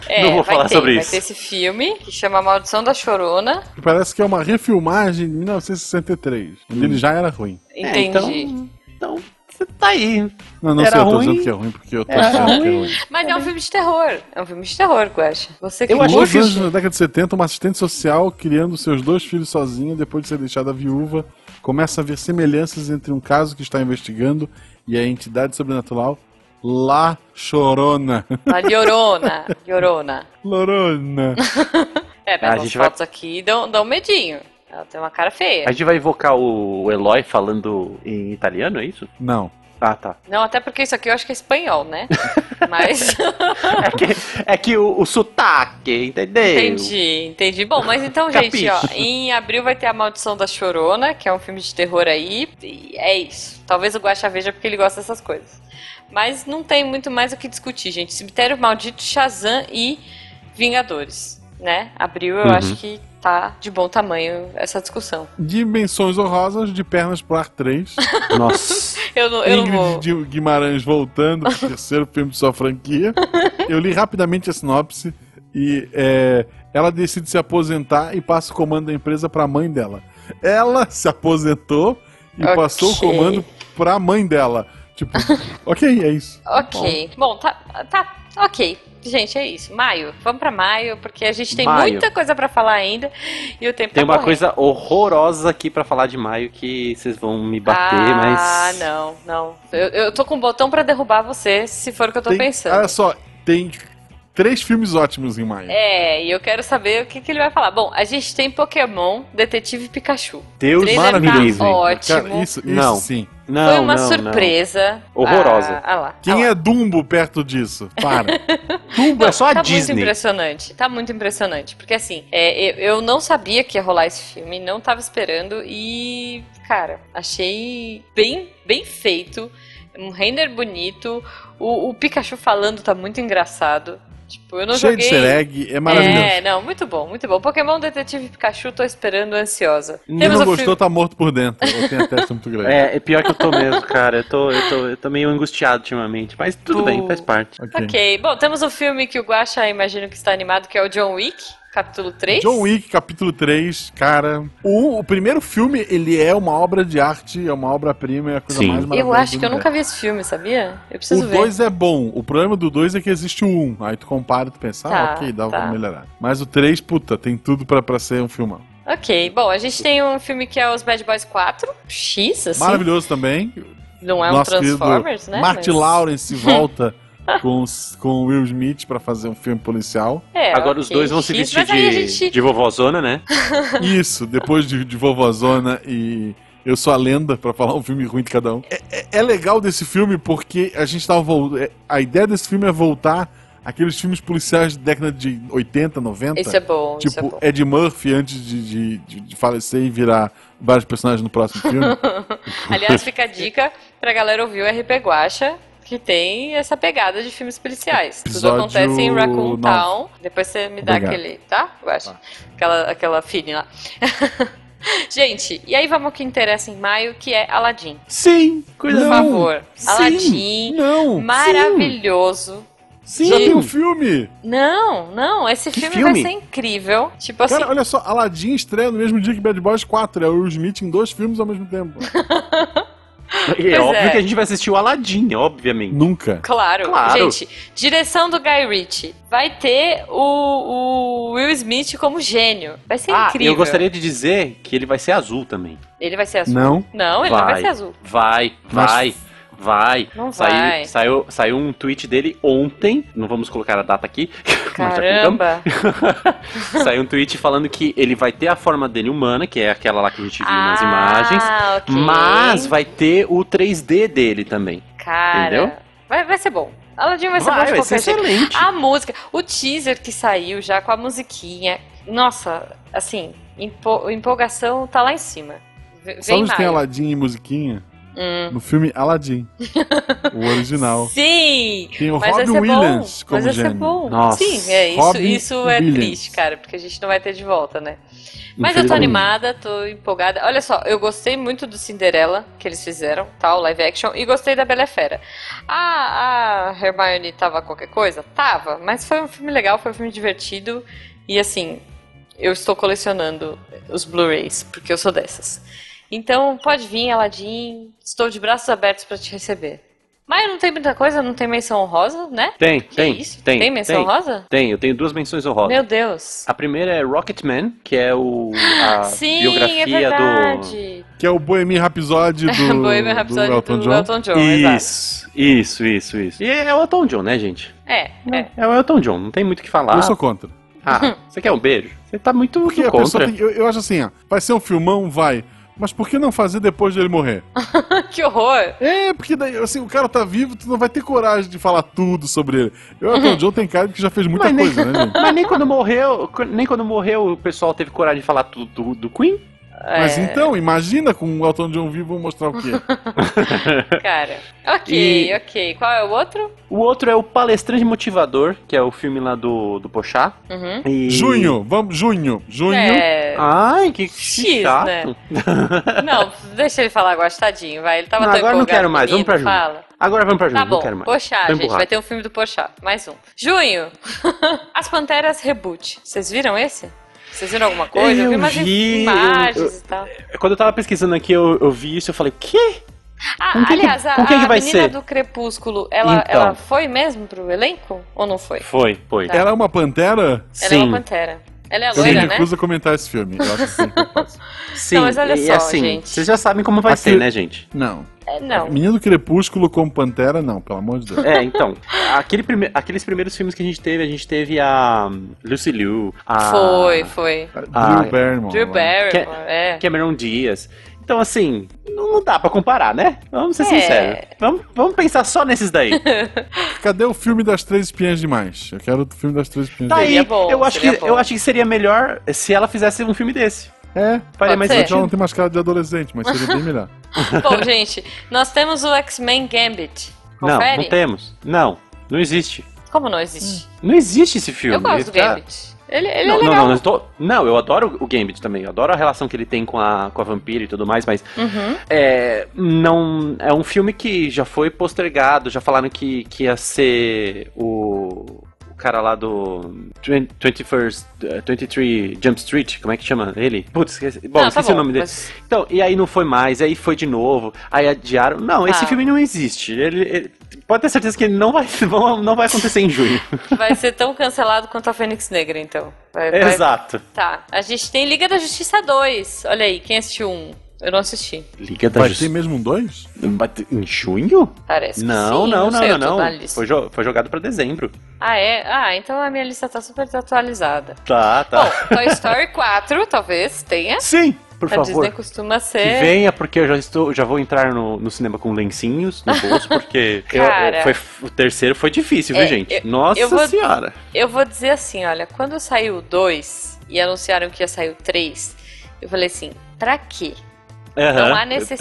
[SPEAKER 1] é,
[SPEAKER 3] não vou
[SPEAKER 1] vai
[SPEAKER 3] falar
[SPEAKER 1] ter,
[SPEAKER 3] sobre
[SPEAKER 1] vai
[SPEAKER 3] isso.
[SPEAKER 1] ter esse filme que chama A Maldição da Chorona.
[SPEAKER 2] Que Parece que é uma refilmagem de 1963, onde ele já era ruim.
[SPEAKER 1] Entendi.
[SPEAKER 3] É, então, então, você tá aí.
[SPEAKER 2] Não, não
[SPEAKER 3] Era
[SPEAKER 2] sei, eu tô
[SPEAKER 3] ruim.
[SPEAKER 2] dizendo que é ruim, porque eu tô
[SPEAKER 3] Era
[SPEAKER 2] achando que é
[SPEAKER 3] ruim.
[SPEAKER 2] ruim.
[SPEAKER 1] Mas é um filme de terror. É um filme de terror, Guacha. Você que
[SPEAKER 3] Eu
[SPEAKER 2] Em
[SPEAKER 3] achei
[SPEAKER 2] Los
[SPEAKER 3] que-
[SPEAKER 2] Angeles, na década de 70, uma assistente social criando seus dois filhos sozinha depois de ser deixada viúva, começa a ver semelhanças entre um caso que está investigando e a entidade sobrenatural La Chorona.
[SPEAKER 1] A Llorona. Llorona.
[SPEAKER 2] Lorona.
[SPEAKER 1] É,
[SPEAKER 3] Ah, a
[SPEAKER 1] mas as
[SPEAKER 3] gente vai-
[SPEAKER 1] fotos aqui dão, dão medinho. Ela tem uma cara feia.
[SPEAKER 3] A gente vai invocar o Eloy falando em italiano, é isso?
[SPEAKER 2] Não.
[SPEAKER 3] Ah, tá.
[SPEAKER 1] Não, até porque isso aqui eu acho que é espanhol, né? Mas.
[SPEAKER 3] É que, é que o, o sotaque, entendeu?
[SPEAKER 1] Entendi, entendi. Bom, mas então, gente, ó,
[SPEAKER 3] Capiche.
[SPEAKER 1] em abril vai ter A Maldição da Chorona, que é um filme de terror aí, e é isso. Talvez o Guaxa veja porque ele gosta dessas coisas. Mas não tem muito mais o que discutir, gente. Cemitério Maldito, Shazam e Vingadores, né? Abril eu
[SPEAKER 3] Uhum.
[SPEAKER 1] acho que tá de bom tamanho essa discussão.
[SPEAKER 2] De menções honrosas, de pernas pro ar 3.
[SPEAKER 3] Nossa.
[SPEAKER 1] Eu não, eu não
[SPEAKER 2] Ingrid
[SPEAKER 1] vou.
[SPEAKER 2] de Guimarães voltando, pro terceiro filme de sua franquia. Eu li rapidamente a sinopse e é, ela decide se aposentar e passa o comando da empresa pra mãe dela. Ela se aposentou e
[SPEAKER 1] Ok.
[SPEAKER 2] passou o comando pra mãe dela. Tipo, ok, é isso.
[SPEAKER 1] Ok. Bom, tá, tá. Ok. Gente, é isso. Maio. Vamos pra maio, porque a gente tem
[SPEAKER 3] Maio.
[SPEAKER 1] muita coisa pra falar ainda. E o tempo
[SPEAKER 3] Tem
[SPEAKER 1] tá
[SPEAKER 3] uma
[SPEAKER 1] correndo.
[SPEAKER 3] coisa horrorosa aqui pra falar de maio que vocês vão me bater,
[SPEAKER 1] ah,
[SPEAKER 3] mas.
[SPEAKER 1] não, não. Eu, eu tô com um botão pra derrubar você, se for o que eu tô
[SPEAKER 2] Tem-
[SPEAKER 1] pensando.
[SPEAKER 2] Olha só, tem três filmes ótimos em maio.
[SPEAKER 1] É, e eu quero saber o que, que ele vai falar. Bom, a gente tem Pokémon, Detetive Pikachu.
[SPEAKER 3] Deus
[SPEAKER 1] Trailer
[SPEAKER 3] me
[SPEAKER 1] tá
[SPEAKER 3] livre.
[SPEAKER 1] ótimo. Ah
[SPEAKER 2] Cara, isso, isso
[SPEAKER 3] Não.
[SPEAKER 2] sim.
[SPEAKER 3] Não,
[SPEAKER 1] Foi uma
[SPEAKER 3] não, não.
[SPEAKER 1] surpresa.
[SPEAKER 3] Horrorosa.
[SPEAKER 1] Ah, ah lá. ah
[SPEAKER 2] Quem
[SPEAKER 1] lá.
[SPEAKER 2] é Dumbo perto disso? Para.
[SPEAKER 3] Tumba, é só
[SPEAKER 1] tá
[SPEAKER 3] a
[SPEAKER 1] muito
[SPEAKER 3] Disney.
[SPEAKER 1] impressionante, tá muito impressionante. Porque assim, é, eu, eu não sabia que ia rolar esse filme, não tava esperando e, cara, achei bem, bem feito, um render bonito, o, o Pikachu falando tá muito engraçado. Tipo, eu não
[SPEAKER 2] Cheio de
[SPEAKER 1] joguei.
[SPEAKER 2] easter egg, é maravilhoso.
[SPEAKER 1] É, não, muito bom, muito bom. Pokémon Detetive Pikachu, tô esperando ansiosa.
[SPEAKER 3] Quem
[SPEAKER 2] Quem
[SPEAKER 1] Temos
[SPEAKER 2] não
[SPEAKER 1] o
[SPEAKER 2] gostou
[SPEAKER 1] filme.
[SPEAKER 2] tá morto por dentro. Eu tenho a testa muito grande.
[SPEAKER 3] É, é pior que eu tô mesmo, cara. Eu tô, eu tô, eu tô meio angustiado ultimamente. Mas tudo
[SPEAKER 1] Tu-
[SPEAKER 3] bem, faz parte.
[SPEAKER 2] Ok.
[SPEAKER 1] Ok, bom, temos o filme que o Guaxa imagino que está animado, que é o John Wick, capítulo 3.
[SPEAKER 2] John Wick, capítulo 3, cara. O, o primeiro filme, ele é uma obra de arte, é uma obra-prima, é a coisa
[SPEAKER 3] Sim.
[SPEAKER 2] mais
[SPEAKER 1] Eu
[SPEAKER 2] maravilhosa.
[SPEAKER 1] acho que eu nunca vi esse filme, sabia? Eu preciso
[SPEAKER 2] né? O
[SPEAKER 1] ver.
[SPEAKER 2] 2 é bom. O problema do 2 é que existe o 1. Um. Aí tu compara e tu pensa, ah,
[SPEAKER 1] Tá,
[SPEAKER 2] ok, dá
[SPEAKER 1] tá.
[SPEAKER 2] pra melhorar. Mas o 3, puta, tem tudo pra, pra ser um filmão.
[SPEAKER 1] Ok, bom, a gente tem um filme que é os Bad Boys 4, X, assim,
[SPEAKER 2] Maravilhoso também.
[SPEAKER 1] não é um
[SPEAKER 2] Nosso
[SPEAKER 1] Transformers, né?
[SPEAKER 2] Marty
[SPEAKER 1] Mas-
[SPEAKER 2] Lawrence volta com, os- com o Will Smith pra fazer um filme policial.
[SPEAKER 1] É,
[SPEAKER 3] Agora
[SPEAKER 1] ok,
[SPEAKER 3] os dois vão se
[SPEAKER 1] X,
[SPEAKER 3] vestir
[SPEAKER 1] mas aí a
[SPEAKER 3] de,
[SPEAKER 1] gente-
[SPEAKER 3] de vovozona, né?
[SPEAKER 2] Isso, depois de, de Vovozona e Eu Sou a Lenda, pra falar um filme ruim de cada um. É, é- é legal desse filme porque a gente tava. vol- é- A ideia desse filme é voltar aqueles filmes policiais da década de 80, 90.
[SPEAKER 1] Isso é bom, isso é
[SPEAKER 2] Tipo,
[SPEAKER 1] bom.
[SPEAKER 2] Ed Murphy antes de, de, de- de falecer e virar vários personagens no próximo filme.
[SPEAKER 1] Aliás, fica a dica pra galera ouvir o RP Guacha, que tem essa pegada de filmes policiais.
[SPEAKER 2] Episódio
[SPEAKER 1] Tudo acontece em Raccoon
[SPEAKER 2] nove.
[SPEAKER 1] Town. Depois você me dá
[SPEAKER 2] Obrigado.
[SPEAKER 1] aquele, tá? Guacha. Aquela, aquela filha lá. Gente, e aí vamos ao que interessa em maio, que é Aladdin.
[SPEAKER 2] Sim!
[SPEAKER 1] Por favor,
[SPEAKER 2] Sim,
[SPEAKER 1] Aladdin,
[SPEAKER 2] Não!
[SPEAKER 1] maravilhoso.
[SPEAKER 2] Sim! Já
[SPEAKER 3] Sim.
[SPEAKER 2] tem um filme!
[SPEAKER 1] Não, não, esse
[SPEAKER 3] Que
[SPEAKER 1] filme, vai
[SPEAKER 3] filme?
[SPEAKER 1] ser incrível. Tipo
[SPEAKER 2] Cara,
[SPEAKER 1] assim,
[SPEAKER 2] olha só, Aladdin estreia no mesmo dia que Bad Boys 4. É o Will Smith em dois filmes ao mesmo tempo.
[SPEAKER 3] E é
[SPEAKER 1] Pois
[SPEAKER 3] óbvio
[SPEAKER 1] é.
[SPEAKER 3] que a gente vai assistir o Aladdin, obviamente.
[SPEAKER 2] Nunca.
[SPEAKER 1] claro,
[SPEAKER 3] Claro.
[SPEAKER 1] gente, direção do Guy Ritchie. Vai ter o, o Will Smith como gênio. Vai ser
[SPEAKER 3] Ah,
[SPEAKER 1] é incrível.
[SPEAKER 3] eu gostaria de dizer que ele vai ser azul também.
[SPEAKER 1] Ele vai ser azul.
[SPEAKER 2] Não.
[SPEAKER 1] Não, ele não vai
[SPEAKER 3] Vai.
[SPEAKER 1] ser azul.
[SPEAKER 3] Vai,
[SPEAKER 2] Mas-
[SPEAKER 3] vai, vai.
[SPEAKER 1] Não
[SPEAKER 3] Saiu-
[SPEAKER 1] vai.
[SPEAKER 3] Saiu, saiu um tweet dele ontem, não vamos colocar a data aqui. mas tá já colocamos.
[SPEAKER 1] Caramba.
[SPEAKER 3] saiu um tweet falando que ele vai ter a forma dele humana, que é aquela lá que a gente viu nas imagens.
[SPEAKER 1] Ah, ok.
[SPEAKER 3] Mas vai ter o 3D dele também.
[SPEAKER 1] Cara,
[SPEAKER 3] Entendeu?
[SPEAKER 1] Vai, vai ser bom. Aladdin vai ser bom de
[SPEAKER 3] vai ser
[SPEAKER 1] qualquer jeito.
[SPEAKER 3] excelente.
[SPEAKER 1] A música, o teaser que saiu já com a musiquinha. Nossa, assim, empo- empolgação tá lá em cima. V-
[SPEAKER 2] Sabe
[SPEAKER 3] um
[SPEAKER 1] Vem
[SPEAKER 2] onde tem
[SPEAKER 1] maio.
[SPEAKER 2] Aladdin e musiquinha?
[SPEAKER 1] Hum.
[SPEAKER 2] No filme Aladdin. o original.
[SPEAKER 1] Sim!
[SPEAKER 2] Tem o
[SPEAKER 1] Mas vai
[SPEAKER 2] Robin
[SPEAKER 1] ser
[SPEAKER 2] Williams
[SPEAKER 1] bom.
[SPEAKER 2] como
[SPEAKER 1] Mas vai ser
[SPEAKER 2] gênio.
[SPEAKER 1] bom.
[SPEAKER 3] Nossa.
[SPEAKER 1] Sim, é isso.
[SPEAKER 2] Robin
[SPEAKER 1] Isso é
[SPEAKER 2] Williams.
[SPEAKER 1] triste, cara, porque a gente não vai ter de volta, né? Mas eu tô animada, tô empolgada. Olha só, eu gostei muito do Cinderela que eles fizeram, tal, live action, e gostei da Bela e a Fera. A, a Hermione tava qualquer coisa? Tava, mas foi um filme legal, foi um filme divertido. E assim, eu estou colecionando os Blu-rays, porque eu sou dessas. Então, pode vir, Aladdin, estou de braços abertos pra te receber. Mas não tem muita coisa, não tem menção honrosa, né?
[SPEAKER 3] Tem,
[SPEAKER 1] Que
[SPEAKER 3] tem,
[SPEAKER 1] isso?
[SPEAKER 3] tem.
[SPEAKER 1] Tem menção honrosa?
[SPEAKER 3] Tem, eu tenho duas menções honrosas.
[SPEAKER 1] Meu Deus.
[SPEAKER 3] A primeira é Rocketman, que é o, a
[SPEAKER 1] Sim, é
[SPEAKER 3] biografia do...
[SPEAKER 1] verdade.
[SPEAKER 2] Que é o Bohemian Rhapsody do,
[SPEAKER 1] Bohemian Rhapsody
[SPEAKER 2] do Elton John.
[SPEAKER 1] Elton John, exato.
[SPEAKER 3] Isso, isso, isso, isso. E é o Elton John, né, gente?
[SPEAKER 1] É, é.
[SPEAKER 3] É o Elton John, não tem muito o que falar.
[SPEAKER 1] Ah.
[SPEAKER 2] Eu sou contra.
[SPEAKER 3] Ah, você quer um beijo? Você tá muito
[SPEAKER 2] Porque a
[SPEAKER 3] contra.
[SPEAKER 2] pessoa tem, eu, eu acho assim, ó, vai ser um filmão, vai. Mas por que não fazer depois dele morrer?
[SPEAKER 1] que horror!
[SPEAKER 2] É, porque daí, assim, o cara tá vivo, tu não vai ter coragem de falar tudo sobre ele. O Elton John tem cara que já fez muita
[SPEAKER 3] Mas nem-
[SPEAKER 2] coisa, né, gente?
[SPEAKER 3] Mas nem quando morreu, nem quando morreu o pessoal teve coragem de falar tudo do, do Queen.
[SPEAKER 2] Mas
[SPEAKER 1] É,
[SPEAKER 2] então, imagina com o Elton John vivo mostrar o quê?
[SPEAKER 1] Cara. Ok,
[SPEAKER 3] então- E-
[SPEAKER 1] ok. Qual é o outro?
[SPEAKER 3] O outro é o Palestrante Motivador, que é o filme lá do, do Pochá.
[SPEAKER 1] Uhum.
[SPEAKER 3] E-
[SPEAKER 2] Junho, vamos, junho, junho.
[SPEAKER 1] É.
[SPEAKER 3] Ai, Ah, que
[SPEAKER 1] X,
[SPEAKER 3] chato.
[SPEAKER 1] né? Não, deixa ele falar agora, tadinho, vai. Ele tava
[SPEAKER 3] Não,
[SPEAKER 1] tão
[SPEAKER 3] agora não
[SPEAKER 1] empolgado
[SPEAKER 3] quero mais, vamos
[SPEAKER 1] comigo,
[SPEAKER 3] pra Júlia.
[SPEAKER 1] Fala.
[SPEAKER 3] Agora vamos pra Junho,
[SPEAKER 1] Tá bom,
[SPEAKER 3] não quero mais.
[SPEAKER 1] Pochá,
[SPEAKER 3] Tô
[SPEAKER 1] gente,
[SPEAKER 3] empurrado.
[SPEAKER 1] vai ter um filme do Pochá, mais um. Junho, As Panteras Reboot. Vocês viram esse? Vocês viram alguma coisa?
[SPEAKER 3] Eu
[SPEAKER 1] vi umas
[SPEAKER 3] vi,
[SPEAKER 1] imagens
[SPEAKER 3] eu-
[SPEAKER 1] e tal.
[SPEAKER 3] É, Quando eu tava pesquisando aqui, eu, eu vi isso, eu falei, o quê?
[SPEAKER 1] Ah,
[SPEAKER 3] com quem que-
[SPEAKER 1] aliás, a,
[SPEAKER 3] com quem que
[SPEAKER 1] a
[SPEAKER 3] vai
[SPEAKER 1] menina
[SPEAKER 3] ser?
[SPEAKER 1] do Crepúsculo, ela,
[SPEAKER 3] Então.
[SPEAKER 1] ela foi mesmo pro elenco? Ou não foi?
[SPEAKER 3] Foi, foi.
[SPEAKER 2] Ela é uma pantera?
[SPEAKER 1] Ela
[SPEAKER 3] Sim.
[SPEAKER 1] é uma pantera. Ela é a
[SPEAKER 2] Eu me
[SPEAKER 1] loira, né?
[SPEAKER 2] recuso a comentar esse filme. Eu acho assim.
[SPEAKER 3] Sim,
[SPEAKER 1] Não, mas olha
[SPEAKER 3] e
[SPEAKER 1] só,
[SPEAKER 3] assim,
[SPEAKER 1] gente.
[SPEAKER 3] Vocês já sabem como vai
[SPEAKER 2] Aqui-
[SPEAKER 3] ser, né, gente?
[SPEAKER 2] Não.
[SPEAKER 1] É, não.
[SPEAKER 2] Menino do Crepúsculo como pantera, não, pelo amor de Deus.
[SPEAKER 3] É, então. aquele prime- Aqueles primeiros filmes que a gente teve, a gente teve a hum, Lucy Liu, a
[SPEAKER 1] Foi, foi.
[SPEAKER 3] Ah,
[SPEAKER 2] Drew Barrymore.
[SPEAKER 1] Drew Barrymore,
[SPEAKER 3] Que-
[SPEAKER 1] é.
[SPEAKER 3] Cameron Diaz. Então, assim, não não dá pra comparar, né? Vamos ser
[SPEAKER 1] É.
[SPEAKER 3] sinceros. Vamos, vamos pensar só nesses daí.
[SPEAKER 2] Cadê o filme das Três Espiãs Demais? Eu quero o filme das Três Espiãs
[SPEAKER 3] Tá
[SPEAKER 2] Demais.
[SPEAKER 1] Seria
[SPEAKER 3] aí,
[SPEAKER 1] bom,
[SPEAKER 3] eu, acho
[SPEAKER 1] seria
[SPEAKER 3] que,
[SPEAKER 1] bom.
[SPEAKER 3] eu acho que seria melhor se ela fizesse um filme desse.
[SPEAKER 2] É,
[SPEAKER 3] Faria
[SPEAKER 1] Pode
[SPEAKER 3] mais
[SPEAKER 1] ser.
[SPEAKER 2] ela não
[SPEAKER 3] sentido.
[SPEAKER 2] tem mais cara de adolescente, mas seria bem melhor.
[SPEAKER 1] Bom, gente, nós temos o X-Men Gambit.
[SPEAKER 3] Não,
[SPEAKER 1] Confere?
[SPEAKER 3] não temos. Não, não existe.
[SPEAKER 1] Como não existe?
[SPEAKER 3] Não existe esse filme.
[SPEAKER 1] eu gosto do
[SPEAKER 3] Ele tá-
[SPEAKER 1] Gambit. Ele, ele
[SPEAKER 3] Hum. não,
[SPEAKER 1] é
[SPEAKER 3] não,
[SPEAKER 1] legal.
[SPEAKER 3] não, eu tô- não, eu adoro o Gambit também. Eu adoro a relação que ele tem com a, com a vampira e tudo mais, mas
[SPEAKER 1] Uhum.
[SPEAKER 3] é, não, é um filme que já foi postergado, já falaram que, que ia ser o, o cara lá do 20 21st, eh, 23 Jump Street, como é que chama ele? Putz, esqueci, bom,
[SPEAKER 1] Não, tá
[SPEAKER 3] esqueci o nome dele.
[SPEAKER 1] mas-
[SPEAKER 3] Então, e aí não foi mais, aí foi de novo, aí adiaram. Não, esse
[SPEAKER 1] Ah.
[SPEAKER 3] filme não existe. Ele, ele- pode ter certeza que ele não vai, não vai acontecer em junho.
[SPEAKER 1] Vai ser tão cancelado quanto a Fênix Negra, então. Vai- vai-
[SPEAKER 3] Exato.
[SPEAKER 1] Tá. A gente tem Liga da Justiça 2. Olha aí, quem assistiu um? Eu não assisti,
[SPEAKER 3] Liga da
[SPEAKER 2] Vai
[SPEAKER 3] Justiça.
[SPEAKER 2] ter mesmo um dois?
[SPEAKER 3] Vai ter- Em junho?
[SPEAKER 1] parece que
[SPEAKER 3] Não,
[SPEAKER 1] sim,
[SPEAKER 3] não, não,
[SPEAKER 1] sei,
[SPEAKER 3] não,
[SPEAKER 1] eu tô
[SPEAKER 3] não.
[SPEAKER 1] na lista.
[SPEAKER 3] Foi, jo- foi jogado pra dezembro.
[SPEAKER 1] Ah, é? Ah, então a minha lista tá super atualizada.
[SPEAKER 3] Tá, tá.
[SPEAKER 1] Bom, Toy Story 4, talvez, tenha.
[SPEAKER 3] Sim, por
[SPEAKER 1] a
[SPEAKER 3] favor.
[SPEAKER 1] Disney costuma
[SPEAKER 3] Que
[SPEAKER 1] ser...
[SPEAKER 3] venha, porque eu já estou, já vou entrar no, no cinema com lencinhos no bolso, porque eu- eu-
[SPEAKER 1] Cara.
[SPEAKER 3] foi, o terceiro foi difícil, viu,
[SPEAKER 1] É,
[SPEAKER 3] gente?
[SPEAKER 1] eu-
[SPEAKER 3] Nossa
[SPEAKER 1] eu vou-
[SPEAKER 3] senhora.
[SPEAKER 1] Eu vou dizer assim, olha, quando saiu o 2 e anunciaram que ia sair o 3, eu falei assim, pra quê?
[SPEAKER 3] Aham,
[SPEAKER 1] Não há
[SPEAKER 3] Ah, eu
[SPEAKER 1] necessidade.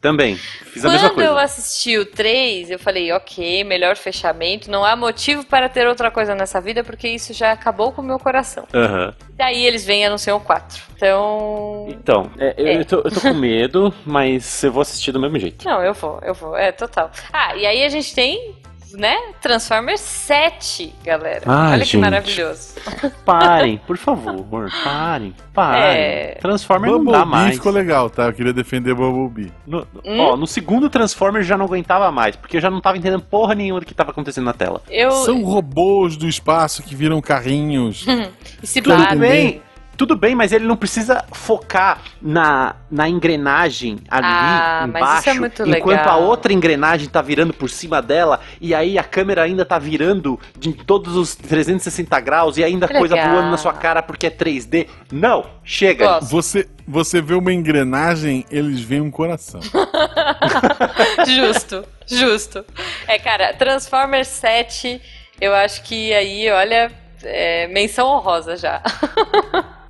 [SPEAKER 3] Também, também. Fiz a mesma
[SPEAKER 1] Quando
[SPEAKER 3] coisa.
[SPEAKER 1] eu assisti o 3, eu falei, ok, melhor fechamento, não há motivo para ter outra coisa nessa vida, porque isso já acabou com o meu coração.
[SPEAKER 3] Aham.
[SPEAKER 1] Daí eles vêm e anunciam o 4. Então.
[SPEAKER 3] Então, é, eu,
[SPEAKER 1] É.
[SPEAKER 3] eu tô, eu tô com medo, mas eu vou assistir do mesmo jeito.
[SPEAKER 1] Não, eu vou, eu vou, é total. Ah, e aí a gente tem, né, Transformers 7, galera.
[SPEAKER 3] Ai,
[SPEAKER 1] Olha que
[SPEAKER 3] gente.
[SPEAKER 1] maravilhoso.
[SPEAKER 3] Parem, por favor, parem, parem.
[SPEAKER 1] É.
[SPEAKER 3] Transformer não dá
[SPEAKER 2] Bumblebee
[SPEAKER 3] mais.
[SPEAKER 2] ficou legal, tá? Eu queria defender Bumblebee.
[SPEAKER 3] No, no-
[SPEAKER 1] Hum?
[SPEAKER 3] Ó, no segundo Transformer eu já não aguentava mais, porque eu já não tava entendendo porra nenhuma do que tava acontecendo na tela.
[SPEAKER 1] Eu.
[SPEAKER 2] São robôs do espaço que viram carrinhos.
[SPEAKER 1] e se
[SPEAKER 3] Tudo
[SPEAKER 1] batem.
[SPEAKER 3] bem, tudo bem, mas ele não precisa focar na, na engrenagem ali
[SPEAKER 1] Ah, mas
[SPEAKER 3] embaixo,
[SPEAKER 1] isso é muito
[SPEAKER 3] enquanto
[SPEAKER 1] legal.
[SPEAKER 3] a outra engrenagem tá virando por cima dela, e aí a câmera ainda tá virando de todos os 360 graus, e ainda
[SPEAKER 1] Que
[SPEAKER 3] coisa
[SPEAKER 1] legal.
[SPEAKER 3] voando na sua cara porque é 3D. Não, chega.
[SPEAKER 1] Gosto.
[SPEAKER 2] Você, você vê uma engrenagem, eles veem um coração.
[SPEAKER 1] justo, justo. É, cara, Transformers 7, eu acho que aí, olha, é, menção honrosa já.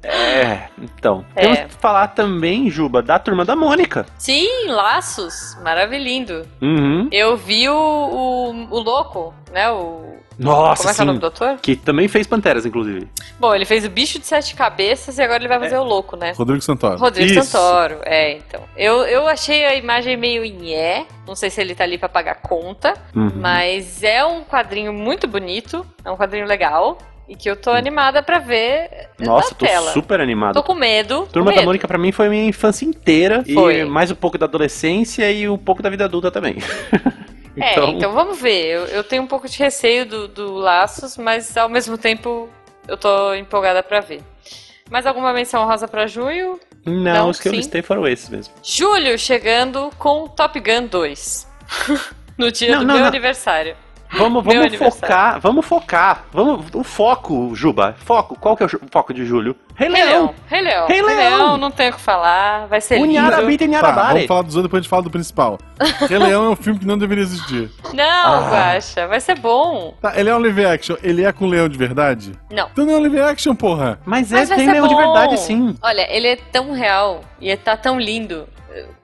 [SPEAKER 3] É, então.
[SPEAKER 1] É.
[SPEAKER 3] Temos que falar também, Juba, da turma da Mônica.
[SPEAKER 1] Sim, Laços, maravilhindo.
[SPEAKER 3] Uhum.
[SPEAKER 1] Eu vi o, o, o Louco, né, o...
[SPEAKER 3] Nossa,
[SPEAKER 1] Como é que é o
[SPEAKER 3] sim.
[SPEAKER 1] nome do ator?
[SPEAKER 3] Que também fez Panteras, inclusive.
[SPEAKER 1] Bom, ele fez o Bicho de Sete Cabeças e agora ele vai fazer o Louco, né?
[SPEAKER 2] Rodrigo Santoro.
[SPEAKER 1] Rodrigo
[SPEAKER 3] Isso.
[SPEAKER 1] Santoro, é, então. Eu, eu achei a imagem meio inhé, não sei se ele tá ali pra pagar conta,
[SPEAKER 3] Uhum.
[SPEAKER 1] Mas é um quadrinho muito bonito, é um quadrinho legal e que eu tô animada pra ver
[SPEAKER 3] Nossa,
[SPEAKER 1] na
[SPEAKER 3] tô
[SPEAKER 1] é tela.
[SPEAKER 3] super animado.
[SPEAKER 1] Tô com medo.
[SPEAKER 3] Turma tá
[SPEAKER 1] com
[SPEAKER 3] da
[SPEAKER 1] medo.
[SPEAKER 3] Mônica pra mim foi a minha infância inteira
[SPEAKER 1] Foi.
[SPEAKER 3] e mais um pouco da adolescência e um pouco da vida adulta também.
[SPEAKER 1] É, então vamos ver. Eu, eu tenho um pouco de receio do, do Laços, mas ao mesmo tempo eu tô empolgada pra ver. Mais alguma menção rosa pra junho?
[SPEAKER 3] não,
[SPEAKER 1] não,
[SPEAKER 3] os que
[SPEAKER 1] então, sim.
[SPEAKER 3] eu listei foram esses mesmo.
[SPEAKER 1] Julho chegando com Top Gun 2. no dia
[SPEAKER 3] Não,
[SPEAKER 1] do
[SPEAKER 3] não,
[SPEAKER 1] meu
[SPEAKER 3] não.
[SPEAKER 1] aniversário.
[SPEAKER 3] Vamos,
[SPEAKER 1] Meu
[SPEAKER 3] vamos
[SPEAKER 1] aniversário.
[SPEAKER 3] focar, vamos focar, vamos o foco, Juba, foco. Qual que é o ju- o foco de julho? Rei
[SPEAKER 1] Rei Leão.
[SPEAKER 3] Leão.
[SPEAKER 1] Rei Leão.
[SPEAKER 3] Rei Leão.
[SPEAKER 1] não tem o que falar. Vai ser lindo.
[SPEAKER 3] Unharabita e
[SPEAKER 2] Tá, vamos
[SPEAKER 3] Nharabare.
[SPEAKER 2] falar dos outros, depois a gente fala do principal. Rei Leão é um filme que não deveria existir.
[SPEAKER 1] Não,
[SPEAKER 3] Ah.
[SPEAKER 1] Guaxa, vai ser bom.
[SPEAKER 2] Tá, ele é um live action, ele é com leão de verdade?
[SPEAKER 1] Não.
[SPEAKER 2] Então não é um live action, porra.
[SPEAKER 3] Mas é,
[SPEAKER 1] Mas vai
[SPEAKER 3] tem
[SPEAKER 1] ser
[SPEAKER 3] leão de
[SPEAKER 1] bom.
[SPEAKER 3] verdade, sim.
[SPEAKER 1] Olha, ele é tão real e é- tá tão lindo.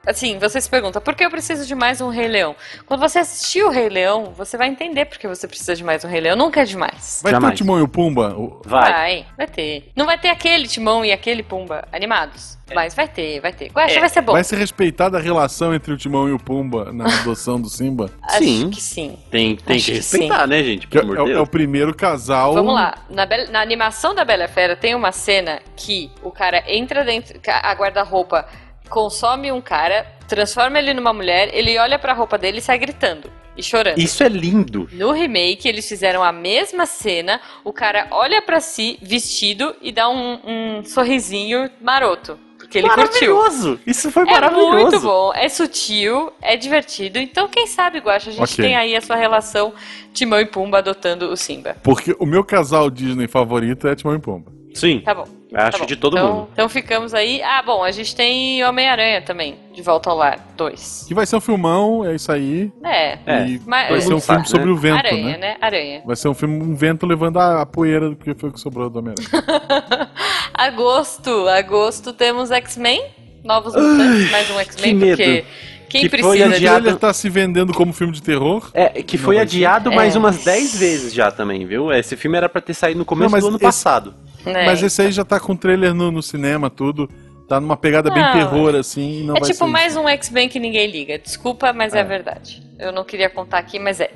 [SPEAKER 1] Assim, você se pergunta, por que eu preciso de mais um Rei Leão? Quando você assistir o Rei Leão, você vai entender por que você precisa de mais um Rei Leão. Nunca é demais.
[SPEAKER 2] Vai ter
[SPEAKER 3] Jamais.
[SPEAKER 2] o Timão e o Pumba? O-
[SPEAKER 3] Vai.
[SPEAKER 1] vai ter. Não vai ter aquele Timão e aquele Pumba animados, mas vai ter, vai ter. Guaxa,
[SPEAKER 3] É.
[SPEAKER 1] vai ser bom.
[SPEAKER 2] Vai ser respeitada a relação entre o Timão e o Pumba na adoção do Simba?
[SPEAKER 1] Acho
[SPEAKER 3] Sim.
[SPEAKER 1] que sim.
[SPEAKER 3] Tem, tem
[SPEAKER 1] Acho
[SPEAKER 3] que
[SPEAKER 1] que
[SPEAKER 3] respeitar, né, gente?
[SPEAKER 2] Que é,
[SPEAKER 3] Pelo amor
[SPEAKER 2] é o-
[SPEAKER 3] de
[SPEAKER 2] é o
[SPEAKER 3] Deus.
[SPEAKER 2] primeiro casal.
[SPEAKER 1] Vamos lá. Na, Bela- na animação da Bela e a Fera tem uma cena que o cara entra dentro. ca- A guarda-roupa consome um cara, transforma ele numa mulher, ele olha pra roupa dele e sai gritando e chorando.
[SPEAKER 3] Isso é lindo.
[SPEAKER 1] No remake, eles fizeram a mesma cena. O cara olha pra si vestido e dá um, um sorrisinho maroto. Porque ele curtiu.
[SPEAKER 3] maravilhoso. Isso foi
[SPEAKER 1] É
[SPEAKER 3] maravilhoso.
[SPEAKER 1] muito bom, é sutil, é divertido. Então, quem sabe, Guaxa, a gente
[SPEAKER 2] Ok.
[SPEAKER 1] tem aí a sua relação Timão e Pumba adotando o Simba.
[SPEAKER 2] Porque o meu casal Disney favorito é Timão e Pumba.
[SPEAKER 3] Sim,
[SPEAKER 1] Tá bom.
[SPEAKER 3] acho
[SPEAKER 1] Tá bom.
[SPEAKER 3] de todo
[SPEAKER 1] então,
[SPEAKER 3] mundo.
[SPEAKER 1] Então ficamos aí. Ah, bom, a gente tem Homem-Aranha também, de volta ao lar 2.
[SPEAKER 2] Que vai ser um filmão, é isso aí.
[SPEAKER 1] É.
[SPEAKER 3] É,
[SPEAKER 2] e
[SPEAKER 1] mas-
[SPEAKER 2] vai ser um
[SPEAKER 1] Todo mundo
[SPEAKER 2] filme
[SPEAKER 3] sabe,
[SPEAKER 2] sobre o vento,
[SPEAKER 1] Aranha,
[SPEAKER 2] né?
[SPEAKER 1] né? Aranha.
[SPEAKER 2] Vai ser um filme, um vento levando a, a poeira do que foi que sobrou do Homem-Aranha.
[SPEAKER 1] agosto, agosto temos X-Men, Novos Mutantes, mais um X-Men,
[SPEAKER 3] que medo.
[SPEAKER 1] porque quem
[SPEAKER 3] Que foi
[SPEAKER 1] precisa
[SPEAKER 2] O
[SPEAKER 1] de...
[SPEAKER 3] adiado.
[SPEAKER 2] trailer tá se vendendo como filme de terror.
[SPEAKER 3] É, que
[SPEAKER 2] Não
[SPEAKER 3] foi
[SPEAKER 2] vai
[SPEAKER 3] adiado
[SPEAKER 1] ser.
[SPEAKER 3] mais
[SPEAKER 1] É.
[SPEAKER 3] umas 10 vezes já também, viu? É, Esse filme era pra ter saído no começo
[SPEAKER 2] Não, mas
[SPEAKER 3] do ano
[SPEAKER 2] esse-
[SPEAKER 3] passado.
[SPEAKER 1] né?
[SPEAKER 2] Mas esse aí já tá com trailer no, no cinema, tudo. Tá numa pegada bem
[SPEAKER 1] Não,
[SPEAKER 2] terror, assim. e Não
[SPEAKER 1] é
[SPEAKER 2] vai
[SPEAKER 1] tipo
[SPEAKER 2] ser
[SPEAKER 1] mais
[SPEAKER 2] isso.
[SPEAKER 1] um X-Men que ninguém liga. Desculpa, mas é. a verdade. Eu não queria contar aqui, mas é.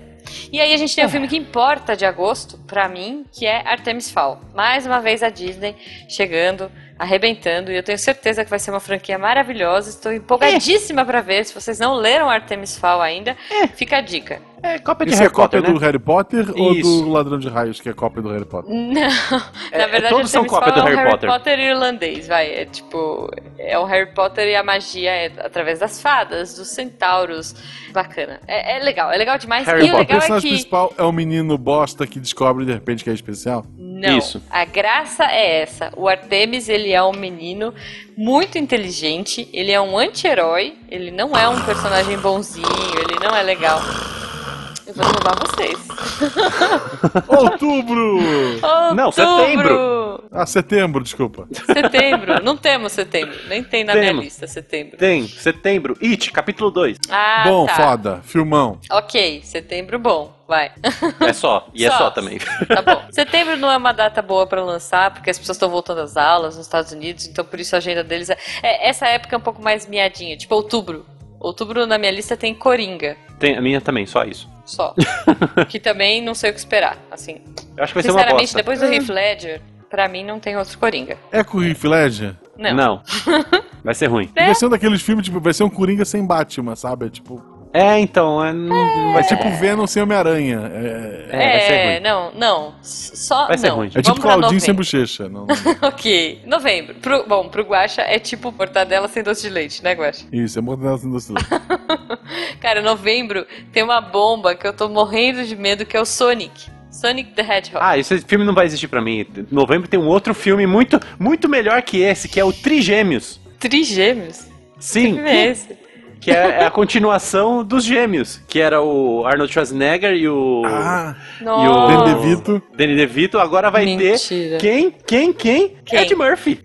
[SPEAKER 1] E aí a gente tem
[SPEAKER 2] Ah.
[SPEAKER 1] o filme que importa de agosto, pra mim, que é Artemis Fowl. Mais uma vez a Disney chegando, arrebentando, e eu tenho certeza que vai ser uma franquia maravilhosa. Estou
[SPEAKER 2] É.
[SPEAKER 1] empolgadíssima pra ver. Se vocês não leram Artemis Fowl ainda, fica a dica.
[SPEAKER 3] É cópia de
[SPEAKER 2] Isso é
[SPEAKER 3] Harry
[SPEAKER 2] cópia
[SPEAKER 3] Potter, né?
[SPEAKER 2] do Harry Potter ou
[SPEAKER 3] Isso.
[SPEAKER 2] do Ladrão de Raios, que é cópia do Harry Potter?
[SPEAKER 1] Não,
[SPEAKER 3] É-
[SPEAKER 1] na
[SPEAKER 3] é-
[SPEAKER 1] verdade
[SPEAKER 3] todos são
[SPEAKER 1] Artemis Fowl
[SPEAKER 3] cópia do
[SPEAKER 1] é um
[SPEAKER 3] Harry
[SPEAKER 1] Harry Potter.
[SPEAKER 3] Potter.
[SPEAKER 1] irlandês, vai. É tipo, é o Harry Potter e a magia é através das fadas, dos centauros. Bacana. É, é legal, é legal demais.
[SPEAKER 3] Harry
[SPEAKER 1] e
[SPEAKER 3] Potter.
[SPEAKER 1] o
[SPEAKER 2] O
[SPEAKER 1] legal é
[SPEAKER 2] personagem
[SPEAKER 1] que.
[SPEAKER 2] principal é um menino bosta que descobre de repente que é especial.
[SPEAKER 1] Não,
[SPEAKER 3] Isso.
[SPEAKER 1] a graça é essa. O Artemis, ele é um menino muito inteligente, ele é um anti-herói, ele não é um personagem bonzinho, ele não é legal. Eu vou roubar vocês.
[SPEAKER 2] Outubro!
[SPEAKER 3] Não,
[SPEAKER 1] Outubro!
[SPEAKER 2] ah, setembro, desculpa.
[SPEAKER 1] Setembro. Não temos setembro. Nem tem na minha
[SPEAKER 3] Temos.
[SPEAKER 1] lista setembro.
[SPEAKER 3] Tem, setembro, It, capítulo 2.
[SPEAKER 1] Ah,
[SPEAKER 2] Bom,
[SPEAKER 1] tá.
[SPEAKER 2] foda, filmão.
[SPEAKER 1] Ok, setembro bom, vai.
[SPEAKER 3] É só, e é
[SPEAKER 1] Só.
[SPEAKER 3] só também.
[SPEAKER 1] Tá bom. Setembro não é uma data boa pra lançar, porque as pessoas estão voltando às aulas nos Estados Unidos, então por isso a agenda deles é... é- Essa época é um pouco mais miadinha, tipo outubro. Outubro na minha lista tem Coringa,
[SPEAKER 3] Tem, a minha também, só isso.
[SPEAKER 1] só. que também não sei o que esperar, assim.
[SPEAKER 3] Eu acho que vai ser uma
[SPEAKER 1] Sinceramente,
[SPEAKER 3] bosta. É.
[SPEAKER 1] depois do Heath Ledger, pra mim não tem outro Coringa.
[SPEAKER 2] É com o Heath Ledger?
[SPEAKER 1] Não.
[SPEAKER 3] Não. Vai ser ruim.
[SPEAKER 1] É.
[SPEAKER 2] Vai ser um daqueles filmes, tipo, vai ser um Coringa sem Batman, sabe? É tipo,
[SPEAKER 3] É, então, é, não-
[SPEAKER 2] é tipo Venom sem Homem-Aranha. É,
[SPEAKER 3] É, vai ser ruim.
[SPEAKER 1] não, não. S- Só
[SPEAKER 3] Vai ser
[SPEAKER 1] não.
[SPEAKER 3] ruim.
[SPEAKER 2] é tipo
[SPEAKER 1] Vamos pra
[SPEAKER 2] Claudinho sem
[SPEAKER 1] novembro.
[SPEAKER 2] bochecha. Não,
[SPEAKER 1] Ok, novembro. Pro- bom, pro Guaxa é tipo mortadela sem doce de leite, né, Guaxa?
[SPEAKER 2] isso, é Mortadela sem doce de leite.
[SPEAKER 1] Cara, novembro tem uma bomba que eu tô morrendo de medo, que é o Sonic. Sonic the Hedgehog.
[SPEAKER 3] Ah, esse filme não vai existir pra mim. Novembro tem um outro filme muito, muito melhor que esse, que é o Trigêmeos.
[SPEAKER 1] Ah, Trigêmeos? Que
[SPEAKER 3] Sim,
[SPEAKER 1] filme é esse?
[SPEAKER 3] que é, é a continuação dos Gêmeos, que era o Arnold Schwarzenegger e o
[SPEAKER 2] Ah,
[SPEAKER 1] Nossa.
[SPEAKER 2] Ben DeVito.
[SPEAKER 3] Danny DeVito. Agora vai
[SPEAKER 1] Mentira.
[SPEAKER 3] ter quem, quem, quem?
[SPEAKER 1] Quem?
[SPEAKER 3] Ed Murphy,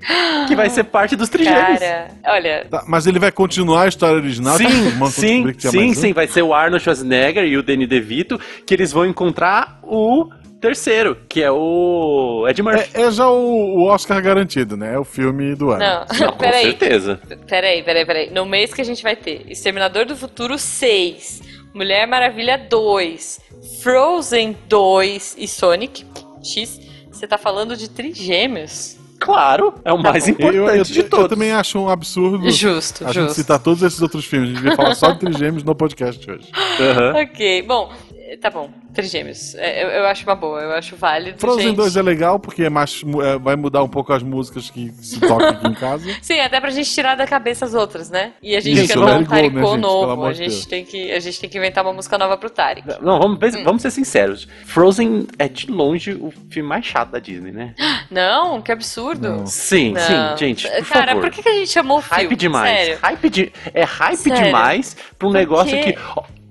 [SPEAKER 3] que vai ser parte dos Trigêmeos.
[SPEAKER 1] Cara, olha,
[SPEAKER 2] Tá, mas ele vai continuar a história original?
[SPEAKER 3] Sim,
[SPEAKER 2] Mano,
[SPEAKER 3] sim,
[SPEAKER 2] descobri que tinha
[SPEAKER 3] sim,
[SPEAKER 2] mais um.
[SPEAKER 3] sim, vai ser o Arnold Schwarzenegger e o Danny DeVito que eles vão encontrar o terceiro, que é o Ed Murphy.
[SPEAKER 2] É, é já o, o Oscar garantido, né? É o filme do ano.
[SPEAKER 1] não,
[SPEAKER 3] Não, com
[SPEAKER 1] É. peraí,
[SPEAKER 3] certeza.
[SPEAKER 1] peraí, peraí, peraí. No mês que a gente vai ter Exterminador do Futuro 6, Mulher Maravilha 2, Frozen 2 e Sonic X. Você tá falando de trigêmeos?
[SPEAKER 3] Claro, é o
[SPEAKER 1] Tá
[SPEAKER 3] mais
[SPEAKER 1] bom.
[SPEAKER 2] Eu,
[SPEAKER 3] importante
[SPEAKER 2] eu- eu-
[SPEAKER 3] de
[SPEAKER 2] eu
[SPEAKER 3] todos.
[SPEAKER 2] também acho um absurdo
[SPEAKER 1] Justo,
[SPEAKER 2] a gente
[SPEAKER 1] justo.
[SPEAKER 2] citar todos esses outros filmes. A gente devia falar só de Trigêmeos no podcast hoje.
[SPEAKER 3] Aham.
[SPEAKER 1] Ok, bom, É, Tá bom, Trigêmeos. É, eu, eu acho uma boa, eu acho válido.
[SPEAKER 2] Frozen
[SPEAKER 1] gente.
[SPEAKER 2] 2 é legal porque é mais, mu- é, vai mudar um pouco as músicas que se tocam aqui em casa.
[SPEAKER 1] Sim, é até pra gente tirar da cabeça as outras, né? E a gente
[SPEAKER 2] Isso,
[SPEAKER 1] cantou
[SPEAKER 2] Let
[SPEAKER 1] um
[SPEAKER 2] It Go, né,
[SPEAKER 1] Taricô
[SPEAKER 2] gente? Pelo
[SPEAKER 1] novo.
[SPEAKER 2] amor
[SPEAKER 1] A
[SPEAKER 2] de Deus.
[SPEAKER 1] gente, tem que, a gente tem que inventar uma música nova pro Tarek.
[SPEAKER 3] Não, vamos,
[SPEAKER 1] Hum.
[SPEAKER 3] vamos ser sinceros. Frozen é de longe o filme mais chato da Disney, né?
[SPEAKER 1] Não, que absurdo.
[SPEAKER 2] Não.
[SPEAKER 3] Sim,
[SPEAKER 1] Não.
[SPEAKER 3] sim, gente. Por
[SPEAKER 1] Cara,
[SPEAKER 3] favor.
[SPEAKER 1] por que, que a gente chamou o filme?
[SPEAKER 3] Hype demais.
[SPEAKER 1] Sério.
[SPEAKER 3] Hype de, é hype
[SPEAKER 1] Sério.
[SPEAKER 3] demais pra um negócio
[SPEAKER 1] quê?
[SPEAKER 3] que.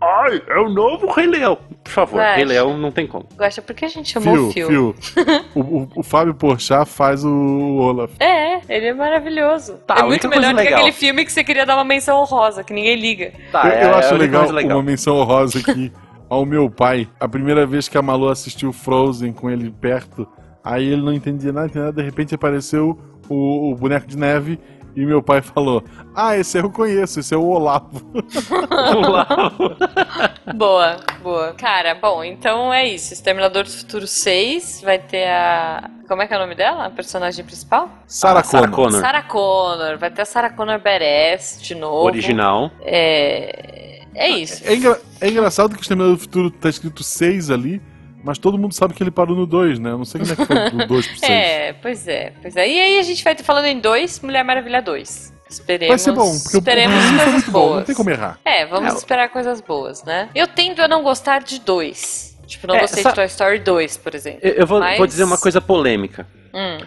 [SPEAKER 3] Ai, é o novo Rei Leão. Por favor,
[SPEAKER 1] Vai.
[SPEAKER 3] Rei Leão não tem como.
[SPEAKER 1] Guaxa, por que a gente chamou
[SPEAKER 2] Fio,
[SPEAKER 1] o filme?
[SPEAKER 2] Fio. O, o, o Fábio Porchat faz o Olaf.
[SPEAKER 1] É, ele é maravilhoso.
[SPEAKER 3] Tá,
[SPEAKER 1] é
[SPEAKER 3] a
[SPEAKER 1] muito
[SPEAKER 3] única coisa
[SPEAKER 1] melhor do que
[SPEAKER 3] legal.
[SPEAKER 1] aquele filme que você queria dar uma menção honrosa, que ninguém liga.
[SPEAKER 3] Tá,
[SPEAKER 2] eu
[SPEAKER 3] é-
[SPEAKER 2] eu
[SPEAKER 3] é
[SPEAKER 2] acho
[SPEAKER 3] a única
[SPEAKER 2] legal,
[SPEAKER 3] coisa legal.
[SPEAKER 2] uma menção honrosa aqui ao meu pai. A primeira vez que a Malu assistiu Frozen com ele perto, aí ele não entendia nada, entendia nada, de repente apareceu o, o boneco de neve e meu pai falou: Ah, esse eu conheço, esse é o Olavo.
[SPEAKER 3] Vamos lá.
[SPEAKER 1] Boa, boa. Cara, bom, então é isso. Exterminador do Futuro 6 vai ter a. Como é que é o nome dela? A personagem principal?
[SPEAKER 2] Sarah
[SPEAKER 3] Sarah
[SPEAKER 2] Connor.
[SPEAKER 3] Connor.
[SPEAKER 1] Sarah Connor. Vai ter a Sarah Connor Beres de novo.
[SPEAKER 3] Original.
[SPEAKER 1] É. É isso.
[SPEAKER 2] É, engra- é engraçado que o Exterminador do Futuro tá escrito 6 ali, mas todo mundo sabe que ele parou no 2, né? Eu não sei como é que foi do 2 pro 6.
[SPEAKER 1] É, pois é, pois é. E aí a gente vai ter falando em dois, Mulher Maravilha 2. Esperemos.
[SPEAKER 2] Vai ser bom, porque o
[SPEAKER 1] esperemos É,
[SPEAKER 2] o-
[SPEAKER 1] coisas
[SPEAKER 2] foi muito
[SPEAKER 1] boas.
[SPEAKER 2] bom, não tem como errar.
[SPEAKER 1] É, vamos
[SPEAKER 3] É, o-
[SPEAKER 1] esperar coisas boas, né? Eu tendo a não gostar de dois. Tipo, não
[SPEAKER 3] É,
[SPEAKER 1] gostei
[SPEAKER 3] só-
[SPEAKER 1] de Toy Story 2, por exemplo.
[SPEAKER 3] Eu, eu vou,
[SPEAKER 1] Mas-
[SPEAKER 3] vou dizer uma coisa polêmica.
[SPEAKER 1] Hum.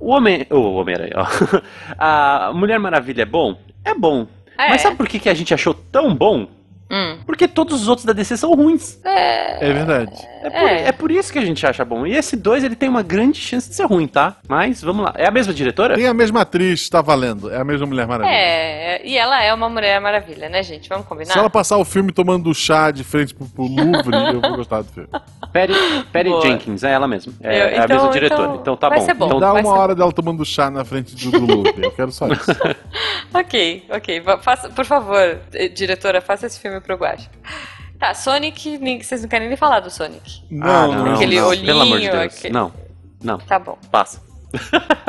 [SPEAKER 3] O Homem. O Homem-Aranha, ó. A Mulher Maravilha é bom? É bom.
[SPEAKER 1] É.
[SPEAKER 3] Mas sabe por que, que a gente achou tão bom?
[SPEAKER 1] Hum.
[SPEAKER 3] Porque todos os outros da DC são ruins.
[SPEAKER 2] É verdade.
[SPEAKER 3] É por,
[SPEAKER 1] É.
[SPEAKER 3] é por isso que a gente acha bom. E esse dois ele tem uma grande chance de ser ruim, tá? Mas vamos lá. É a mesma diretora?
[SPEAKER 2] Tem a mesma atriz, tá valendo. É a mesma Mulher Maravilha.
[SPEAKER 1] É, e ela é uma mulher maravilha, né, gente? Vamos combinar?
[SPEAKER 2] Se ela passar o filme tomando chá de frente pro, pro Louvre, eu vou gostar do filme.
[SPEAKER 3] Patty, Patty
[SPEAKER 1] Boa.
[SPEAKER 3] Jenkins, é ela mesma. É,
[SPEAKER 1] Eu-
[SPEAKER 3] é a
[SPEAKER 1] então-
[SPEAKER 3] mesma diretora.
[SPEAKER 1] então
[SPEAKER 3] Então, tá
[SPEAKER 1] vai
[SPEAKER 3] bom.
[SPEAKER 1] ser bom.
[SPEAKER 3] Então,
[SPEAKER 2] Dá
[SPEAKER 1] vai
[SPEAKER 2] uma
[SPEAKER 1] ser- Ah,
[SPEAKER 2] hora dela tomando chá na frente do, do Louvre. Eu quero só isso.
[SPEAKER 1] Ok, ok. Va- Faça, por favor, eh, diretora, faça esse filme pro Guacha. Tá, Sonic, nem- vocês não querem nem falar do Sonic.
[SPEAKER 2] Não,
[SPEAKER 3] Ah,
[SPEAKER 2] não,
[SPEAKER 3] não,
[SPEAKER 1] Aquele
[SPEAKER 3] não.
[SPEAKER 1] olhinho,
[SPEAKER 3] Pelo amor de Deus.
[SPEAKER 1] aquele-
[SPEAKER 3] Não, não.
[SPEAKER 1] Tá bom.
[SPEAKER 3] Passa.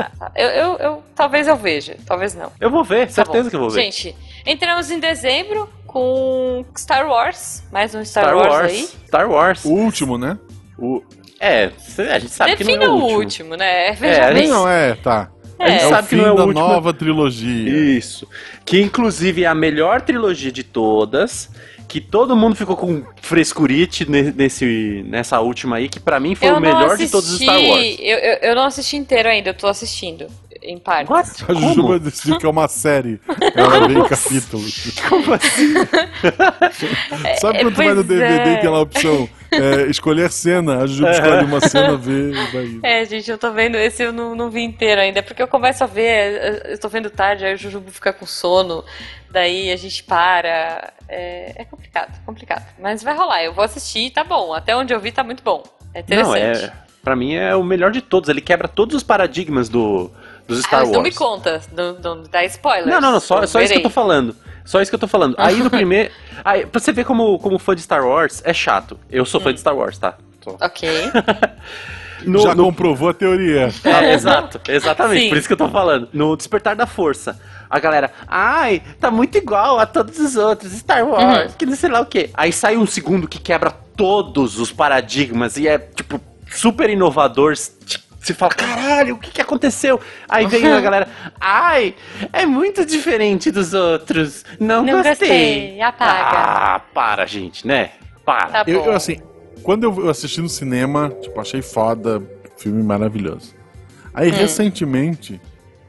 [SPEAKER 1] tá. Eu, eu, eu- talvez eu veja, talvez não.
[SPEAKER 3] Eu vou ver,
[SPEAKER 1] Tá
[SPEAKER 3] certeza
[SPEAKER 1] bom.
[SPEAKER 3] que eu vou ver.
[SPEAKER 1] Gente, entramos em dezembro com Star Wars, mais um Star,
[SPEAKER 3] Star
[SPEAKER 1] Wars,
[SPEAKER 3] Wars.
[SPEAKER 1] aí.
[SPEAKER 3] Star Wars.
[SPEAKER 2] O último, né?
[SPEAKER 3] O- É, cê- a gente sabe que
[SPEAKER 1] Defina
[SPEAKER 3] não é o último.
[SPEAKER 1] né? Veja
[SPEAKER 3] É, a
[SPEAKER 1] bem.
[SPEAKER 3] gente-
[SPEAKER 2] Não, é, tá.
[SPEAKER 1] É.
[SPEAKER 2] É,
[SPEAKER 1] A gente
[SPEAKER 2] o
[SPEAKER 3] sabe que
[SPEAKER 2] fim
[SPEAKER 3] não é o
[SPEAKER 2] da
[SPEAKER 3] último.
[SPEAKER 2] nova trilogia.
[SPEAKER 3] Isso. Que inclusive é a melhor trilogia de todas. Que todo mundo ficou com frescurite ne- nesse, nessa última aí, que pra mim foi
[SPEAKER 1] eu
[SPEAKER 3] o
[SPEAKER 1] não
[SPEAKER 3] melhor
[SPEAKER 1] assisti,
[SPEAKER 3] de todos os Star Wars.
[SPEAKER 1] Eu, eu, eu não assisti inteiro ainda, eu tô assistindo, em parte.
[SPEAKER 3] What?
[SPEAKER 2] A Jujuba
[SPEAKER 3] Como?
[SPEAKER 2] decidiu que é um uma série. Ela vem em capítulos.
[SPEAKER 3] Como assim?
[SPEAKER 2] Sabe quando tu vai
[SPEAKER 1] É, pois
[SPEAKER 2] no DVD e
[SPEAKER 1] é.
[SPEAKER 2] tem lá a opção é, escolher cena? A
[SPEAKER 3] É.
[SPEAKER 2] Jujuba escolhe uma cena, vê e vai indo.
[SPEAKER 1] É, gente, eu tô vendo esse, eu não, não vi inteiro ainda, É porque eu começo a ver, é, eu tô vendo tarde, aí o Jujubu fica com sono, daí a gente para. É, é complicado, complicado. Mas vai rolar, eu vou assistir, tá bom. Até onde eu vi tá muito bom. É
[SPEAKER 3] Não,
[SPEAKER 1] interessante.
[SPEAKER 3] é. Pra mim é o melhor de todos. Ele quebra todos os paradigmas do, dos
[SPEAKER 1] Ah,
[SPEAKER 3] Star
[SPEAKER 1] mas
[SPEAKER 3] Wars.
[SPEAKER 1] não me conta, não, não dá spoiler.
[SPEAKER 3] Não, não, não, só, só isso que eu tô falando. Só isso que eu tô falando. Aí no primeiro. Aí, pra você ver como, como fã de Star Wars é chato. Eu
[SPEAKER 1] Hum.
[SPEAKER 3] sou fã de Star Wars, tá? Tô-
[SPEAKER 1] Ok.
[SPEAKER 3] No-
[SPEAKER 2] Já
[SPEAKER 3] no-
[SPEAKER 2] comprovou a teoria.
[SPEAKER 3] É, exato, exatamente,
[SPEAKER 1] Sim.
[SPEAKER 3] por isso que eu tô falando. No Despertar da Força, a galera, ai, tá muito igual a todos os outros, Star Wars,
[SPEAKER 1] Uhum.
[SPEAKER 3] que não sei lá o quê. Aí sai um segundo que quebra todos os paradigmas e é, tipo, super inovador. Você fala, caralho, o que, que aconteceu? Aí vem a galera, ai, é muito diferente dos outros. Não,
[SPEAKER 1] Não gostei, apaga.
[SPEAKER 3] Ah, para, gente, né? Para.
[SPEAKER 1] Tá
[SPEAKER 2] Eu,
[SPEAKER 1] bom.
[SPEAKER 2] eu, assim, quando eu assisti no cinema, tipo, achei foda, filme maravilhoso. Aí, recentemente,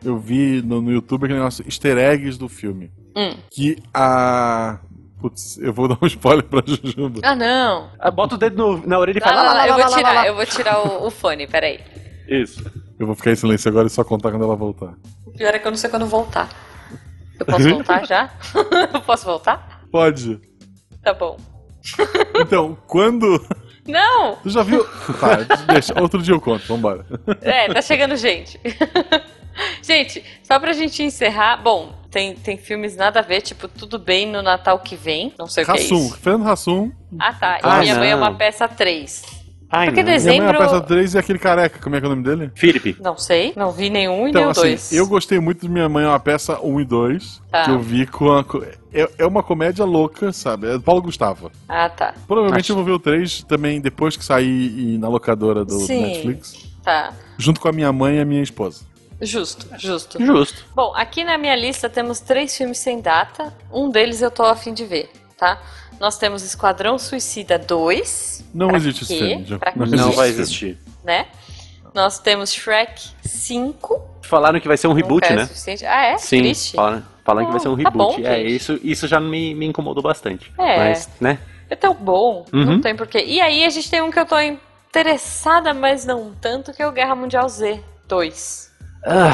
[SPEAKER 2] eu vi no, no YouTube aquele negócio easter eggs do filme.
[SPEAKER 1] Hum.
[SPEAKER 2] Que a. Putz, eu vou dar um spoiler pra Jujuba.
[SPEAKER 1] Ah, não.
[SPEAKER 3] Ah, Bota o dedo no- na orelha e
[SPEAKER 1] Lá,
[SPEAKER 3] fala,
[SPEAKER 1] lá,
[SPEAKER 3] lá, lá,
[SPEAKER 1] lá, eu
[SPEAKER 3] lá,
[SPEAKER 1] vou
[SPEAKER 3] lá, lá,
[SPEAKER 1] tirar,
[SPEAKER 3] lá.
[SPEAKER 1] eu vou tirar o, o fone, peraí.
[SPEAKER 3] Isso.
[SPEAKER 2] Eu vou ficar em silêncio agora e só contar quando ela voltar.
[SPEAKER 1] O pior é que eu não sei quando voltar. Eu posso voltar já? eu posso voltar?
[SPEAKER 2] Pode.
[SPEAKER 1] Tá bom.
[SPEAKER 2] Então, quando.
[SPEAKER 1] Não!
[SPEAKER 2] Tu já viu. Tá, deixa. Outro dia eu conto, vambora.
[SPEAKER 1] É, tá chegando gente. gente, só pra gente encerrar, bom, tem, tem filmes nada a ver, tipo, tudo bem no Natal que vem. Não sei o que é
[SPEAKER 2] Rassum,
[SPEAKER 1] isso.
[SPEAKER 2] Fernando Rassum.
[SPEAKER 1] Ah, tá. E
[SPEAKER 3] Ah,
[SPEAKER 1] minha mãe é
[SPEAKER 3] não.
[SPEAKER 1] uma peça 3.
[SPEAKER 3] Ai,
[SPEAKER 1] Porque
[SPEAKER 3] não.
[SPEAKER 1] desenho-
[SPEAKER 2] Minha mãe era
[SPEAKER 1] Lembro-
[SPEAKER 2] peça 3 e aquele careca, como é que é o nome dele?
[SPEAKER 3] Felipe.
[SPEAKER 1] Não sei, não vi nenhum e
[SPEAKER 2] Então,
[SPEAKER 1] nem o
[SPEAKER 2] assim,
[SPEAKER 1] dois.
[SPEAKER 2] eu gostei muito de Minha Mãe é uma peça 1 e 2,
[SPEAKER 1] Tá.
[SPEAKER 2] que eu vi com a... co- É, é uma comédia louca, sabe? É do Paulo Gustavo.
[SPEAKER 1] Ah, tá.
[SPEAKER 2] Provavelmente
[SPEAKER 3] Acho.
[SPEAKER 2] eu vou ver o 3 também depois que sair e- na locadora do
[SPEAKER 1] Sim.
[SPEAKER 2] Netflix.
[SPEAKER 1] Tá.
[SPEAKER 2] Junto com a minha mãe e a minha esposa.
[SPEAKER 1] Justo, justo.
[SPEAKER 3] Justo.
[SPEAKER 1] Bom, aqui na minha lista temos três filmes sem data. Um deles eu tô a fim de ver, tá? Nós temos Esquadrão Suicida 2.
[SPEAKER 2] Não
[SPEAKER 1] Pra
[SPEAKER 2] existe esse
[SPEAKER 1] quê?
[SPEAKER 2] filme, Diogo.
[SPEAKER 1] Pra
[SPEAKER 2] Não
[SPEAKER 1] quê?
[SPEAKER 3] Não
[SPEAKER 2] Existe.
[SPEAKER 3] vai existir.
[SPEAKER 1] Né? Nós temos Shrek 5.
[SPEAKER 3] Falaram que vai ser um reboot,
[SPEAKER 1] Nunca é
[SPEAKER 3] né?
[SPEAKER 1] suficiente. Ah, é?
[SPEAKER 3] Sim,
[SPEAKER 1] Triste.
[SPEAKER 3] falaram, falaram que vai ser um
[SPEAKER 1] Não, tá bom,
[SPEAKER 3] reboot. é,
[SPEAKER 1] gente.
[SPEAKER 3] isso, isso já me, me incomodou bastante.
[SPEAKER 1] É.
[SPEAKER 3] Mas, né?
[SPEAKER 1] É tão bom, não
[SPEAKER 3] Uhum.
[SPEAKER 1] tem porquê. E aí a gente tem um que eu tô interessada, mas não tanto, que é o Guerra Mundial Z 2.
[SPEAKER 3] Ah,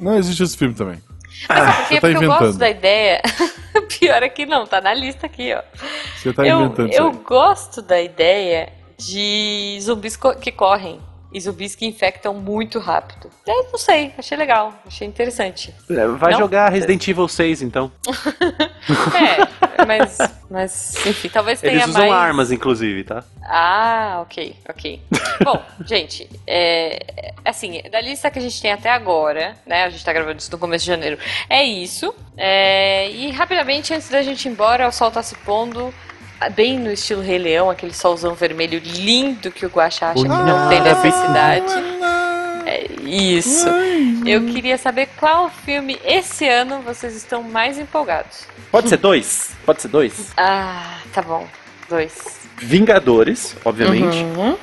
[SPEAKER 2] Não existe esse filme também.
[SPEAKER 1] Mas sabe por quê?
[SPEAKER 2] você tá
[SPEAKER 1] Porque eu gosto
[SPEAKER 2] inventando.
[SPEAKER 1] da ideia. Pior é que não, tá na lista aqui, ó.
[SPEAKER 2] Você tá
[SPEAKER 1] eu
[SPEAKER 2] inventando isso
[SPEAKER 1] eu
[SPEAKER 2] aí.
[SPEAKER 1] gosto da ideia de zumbis co- que correm. E zumbis que infectam muito rápido. Eu não sei, achei legal, achei interessante.
[SPEAKER 3] vai
[SPEAKER 1] Não?
[SPEAKER 3] jogar Resident Evil 6, então.
[SPEAKER 1] É, mas, mas enfim, talvez tenha
[SPEAKER 3] Eles usam
[SPEAKER 1] mais...
[SPEAKER 3] armas, inclusive, tá?
[SPEAKER 1] Ah, ok, ok. Bom, gente, é, assim, da lista que a gente tem até agora, né? A gente tá gravando isso no começo de janeiro. É isso. É, e rapidamente, antes da gente ir embora, o sol tá se pondo. ah, Bem no estilo Rei Leão, aquele solzão vermelho lindo que o Guaxa acha que não
[SPEAKER 3] Bonito.
[SPEAKER 1] tem
[SPEAKER 3] Ah,
[SPEAKER 1] necessidade.
[SPEAKER 2] Ah,
[SPEAKER 1] É isso.
[SPEAKER 2] ai.
[SPEAKER 1] Eu queria saber qual filme esse ano vocês estão mais empolgados.
[SPEAKER 3] Pode ser dois. Pode ser dois.
[SPEAKER 1] Ah, tá bom. Dois.
[SPEAKER 3] Vingadores, obviamente.
[SPEAKER 1] Uhum.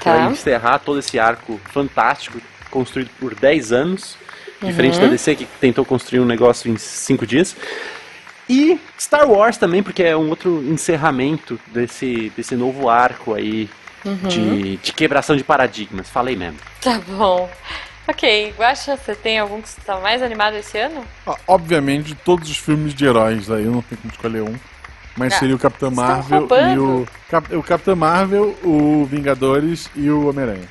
[SPEAKER 3] Pra
[SPEAKER 1] Tá.
[SPEAKER 3] encerrar todo esse arco fantástico construído por 10 anos. Diferente
[SPEAKER 1] Uhum.
[SPEAKER 3] da DC que tentou construir um negócio em 5 dias. E Star Wars também, porque é um outro encerramento desse, desse novo arco aí
[SPEAKER 1] Uhum.
[SPEAKER 3] de, de quebração de paradigmas. Falei mesmo.
[SPEAKER 1] Tá bom. Ok, Guaxa, você tem algum que você tá mais animado esse ano? Tá
[SPEAKER 2] Ah, Obviamente, todos os filmes de heróis aí, eu não tenho como escolher um. Mas
[SPEAKER 1] Ah,
[SPEAKER 2] seria o Capitão
[SPEAKER 1] vocês
[SPEAKER 2] Marvel
[SPEAKER 1] estão
[SPEAKER 2] e o.
[SPEAKER 1] roubando.
[SPEAKER 2] Cap- O Capitão Marvel, o Vingadores e o Homem-Aranha.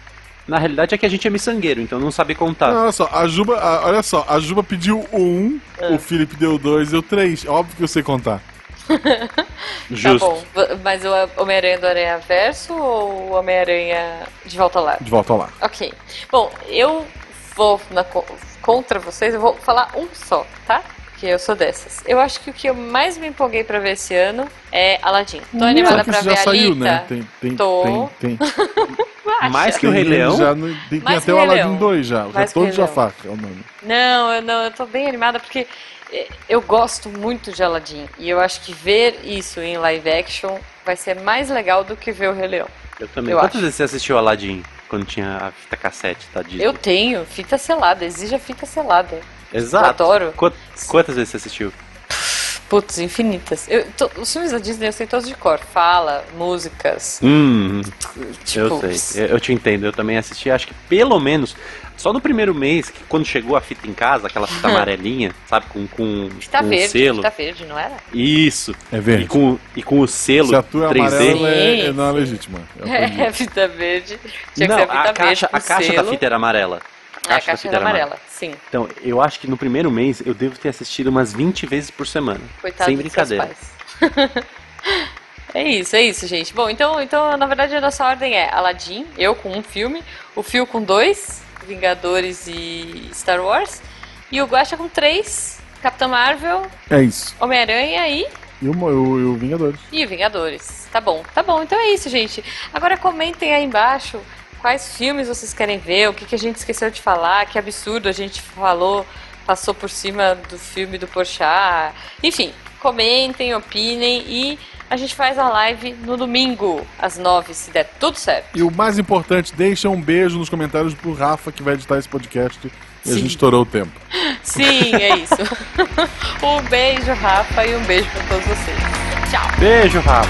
[SPEAKER 3] Na realidade é que a gente é miçangueiro, então não sabe
[SPEAKER 1] Ah.
[SPEAKER 3] contar.
[SPEAKER 2] Não, olha só, a Juba, a- olha só, a Juba pediu o um,
[SPEAKER 1] Ah.
[SPEAKER 2] o Felipe deu dois, eu três. É Óbvio que eu sei contar.
[SPEAKER 1] Tá bom, v- mas o Homem-Aranha do Aranha Verso ou o Homem-Aranha de Volta ao Lar?
[SPEAKER 2] De volta lá.
[SPEAKER 1] Ok. Bom, eu vou na co- contra vocês, eu vou falar um só, tá? Porque eu sou dessas. Eu acho que o que eu mais me empolguei pra ver esse ano é Aladdin. Tô animada
[SPEAKER 2] Só que
[SPEAKER 1] pra
[SPEAKER 2] isso
[SPEAKER 1] ver
[SPEAKER 2] já
[SPEAKER 1] a
[SPEAKER 2] saiu,
[SPEAKER 1] Alita.
[SPEAKER 2] né? Tem, tem,
[SPEAKER 1] Tô.
[SPEAKER 2] tem, tem, tem,
[SPEAKER 1] Guaxa.
[SPEAKER 3] Mais que o Rei
[SPEAKER 2] ele
[SPEAKER 3] Leão.
[SPEAKER 2] já no- tem, tem
[SPEAKER 1] Mais que
[SPEAKER 2] até
[SPEAKER 1] o
[SPEAKER 2] o
[SPEAKER 1] Rei
[SPEAKER 2] Aladdin
[SPEAKER 1] Leão.
[SPEAKER 2] 2 já. já
[SPEAKER 1] Mais que o
[SPEAKER 2] todo
[SPEAKER 1] Rei
[SPEAKER 2] já
[SPEAKER 1] Leão.
[SPEAKER 2] faz, é o nome.
[SPEAKER 1] Não, eu não, eu tô bem animada porque eh, eu gosto muito de Aladdin e eu acho que ver isso em live action vai ser mais legal do que ver o Rei Leão.
[SPEAKER 3] Eu também.
[SPEAKER 1] Eu
[SPEAKER 3] Quantas
[SPEAKER 1] acho.
[SPEAKER 3] vezes você assistiu Aladdin quando tinha a fita cassete da Disney?
[SPEAKER 1] Eu tenho fita selada, exige a fita selada.
[SPEAKER 3] Exato.
[SPEAKER 1] eu adoro.
[SPEAKER 3] Quant- Quantas vezes você assistiu?
[SPEAKER 1] Putz, infinitas. Eu, to- os filmes da Disney eu sei todos de cor, fala, músicas,
[SPEAKER 3] Hum,
[SPEAKER 1] tipo,
[SPEAKER 3] eu sei. É Eu, eu te entendo. Eu também assisti, acho que pelo menos. Só no primeiro mês, que quando chegou a fita em casa, aquela fita amarelinha, sabe? Com, com,
[SPEAKER 1] Fita
[SPEAKER 3] com o
[SPEAKER 1] verde,
[SPEAKER 3] um selo.
[SPEAKER 1] fita verde, não era?
[SPEAKER 3] Isso.
[SPEAKER 2] É
[SPEAKER 3] E
[SPEAKER 2] verde.
[SPEAKER 3] com, e com o selo
[SPEAKER 2] Se a tua é
[SPEAKER 3] 3D.
[SPEAKER 2] amarela, ela é,
[SPEAKER 1] Sim,
[SPEAKER 2] é- não é
[SPEAKER 1] sim.
[SPEAKER 2] legítima. Eu aprendi.
[SPEAKER 1] É, fita verde. Tinha
[SPEAKER 3] Uhum. Não,
[SPEAKER 1] que ser fita
[SPEAKER 3] a caixa,
[SPEAKER 1] verde. com
[SPEAKER 3] a caixa da
[SPEAKER 1] selo.
[SPEAKER 3] fita era amarela. A
[SPEAKER 1] É, a caixa era amarela, sim.
[SPEAKER 3] Então, eu acho que no primeiro mês eu devo ter assistido umas 20 vezes por semana.
[SPEAKER 1] Coitado
[SPEAKER 3] sem
[SPEAKER 1] dos
[SPEAKER 3] brincadeira.
[SPEAKER 1] seus pais. É isso, é isso, gente. Bom, então, então, na verdade, a nossa ordem é Aladdin, eu com um filme, o Phil com dois, Vingadores e Star Wars, e o Guaxa com três, Capitão Marvel,
[SPEAKER 2] É isso.
[SPEAKER 1] Homem-Aranha e
[SPEAKER 2] E o, Mo- e o, e o Vingadores.
[SPEAKER 1] e Vingadores. Tá bom, tá bom. Então é isso, gente. Agora comentem aí embaixo quais filmes vocês querem ver, o que, que a gente esqueceu de falar, que absurdo a gente falou, passou por cima do filme do Porchat. Enfim, comentem, opinem e a gente faz a live no domingo, às nove, se der tudo certo.
[SPEAKER 2] E o mais importante, deixa um beijo nos comentários pro Rafa, que vai editar esse podcast. E a
[SPEAKER 1] Sim.
[SPEAKER 2] gente estourou o tempo.
[SPEAKER 1] Sim, é isso. um beijo, Rafa, e um beijo pra todos vocês. Tchau!
[SPEAKER 3] Beijo, Rafa.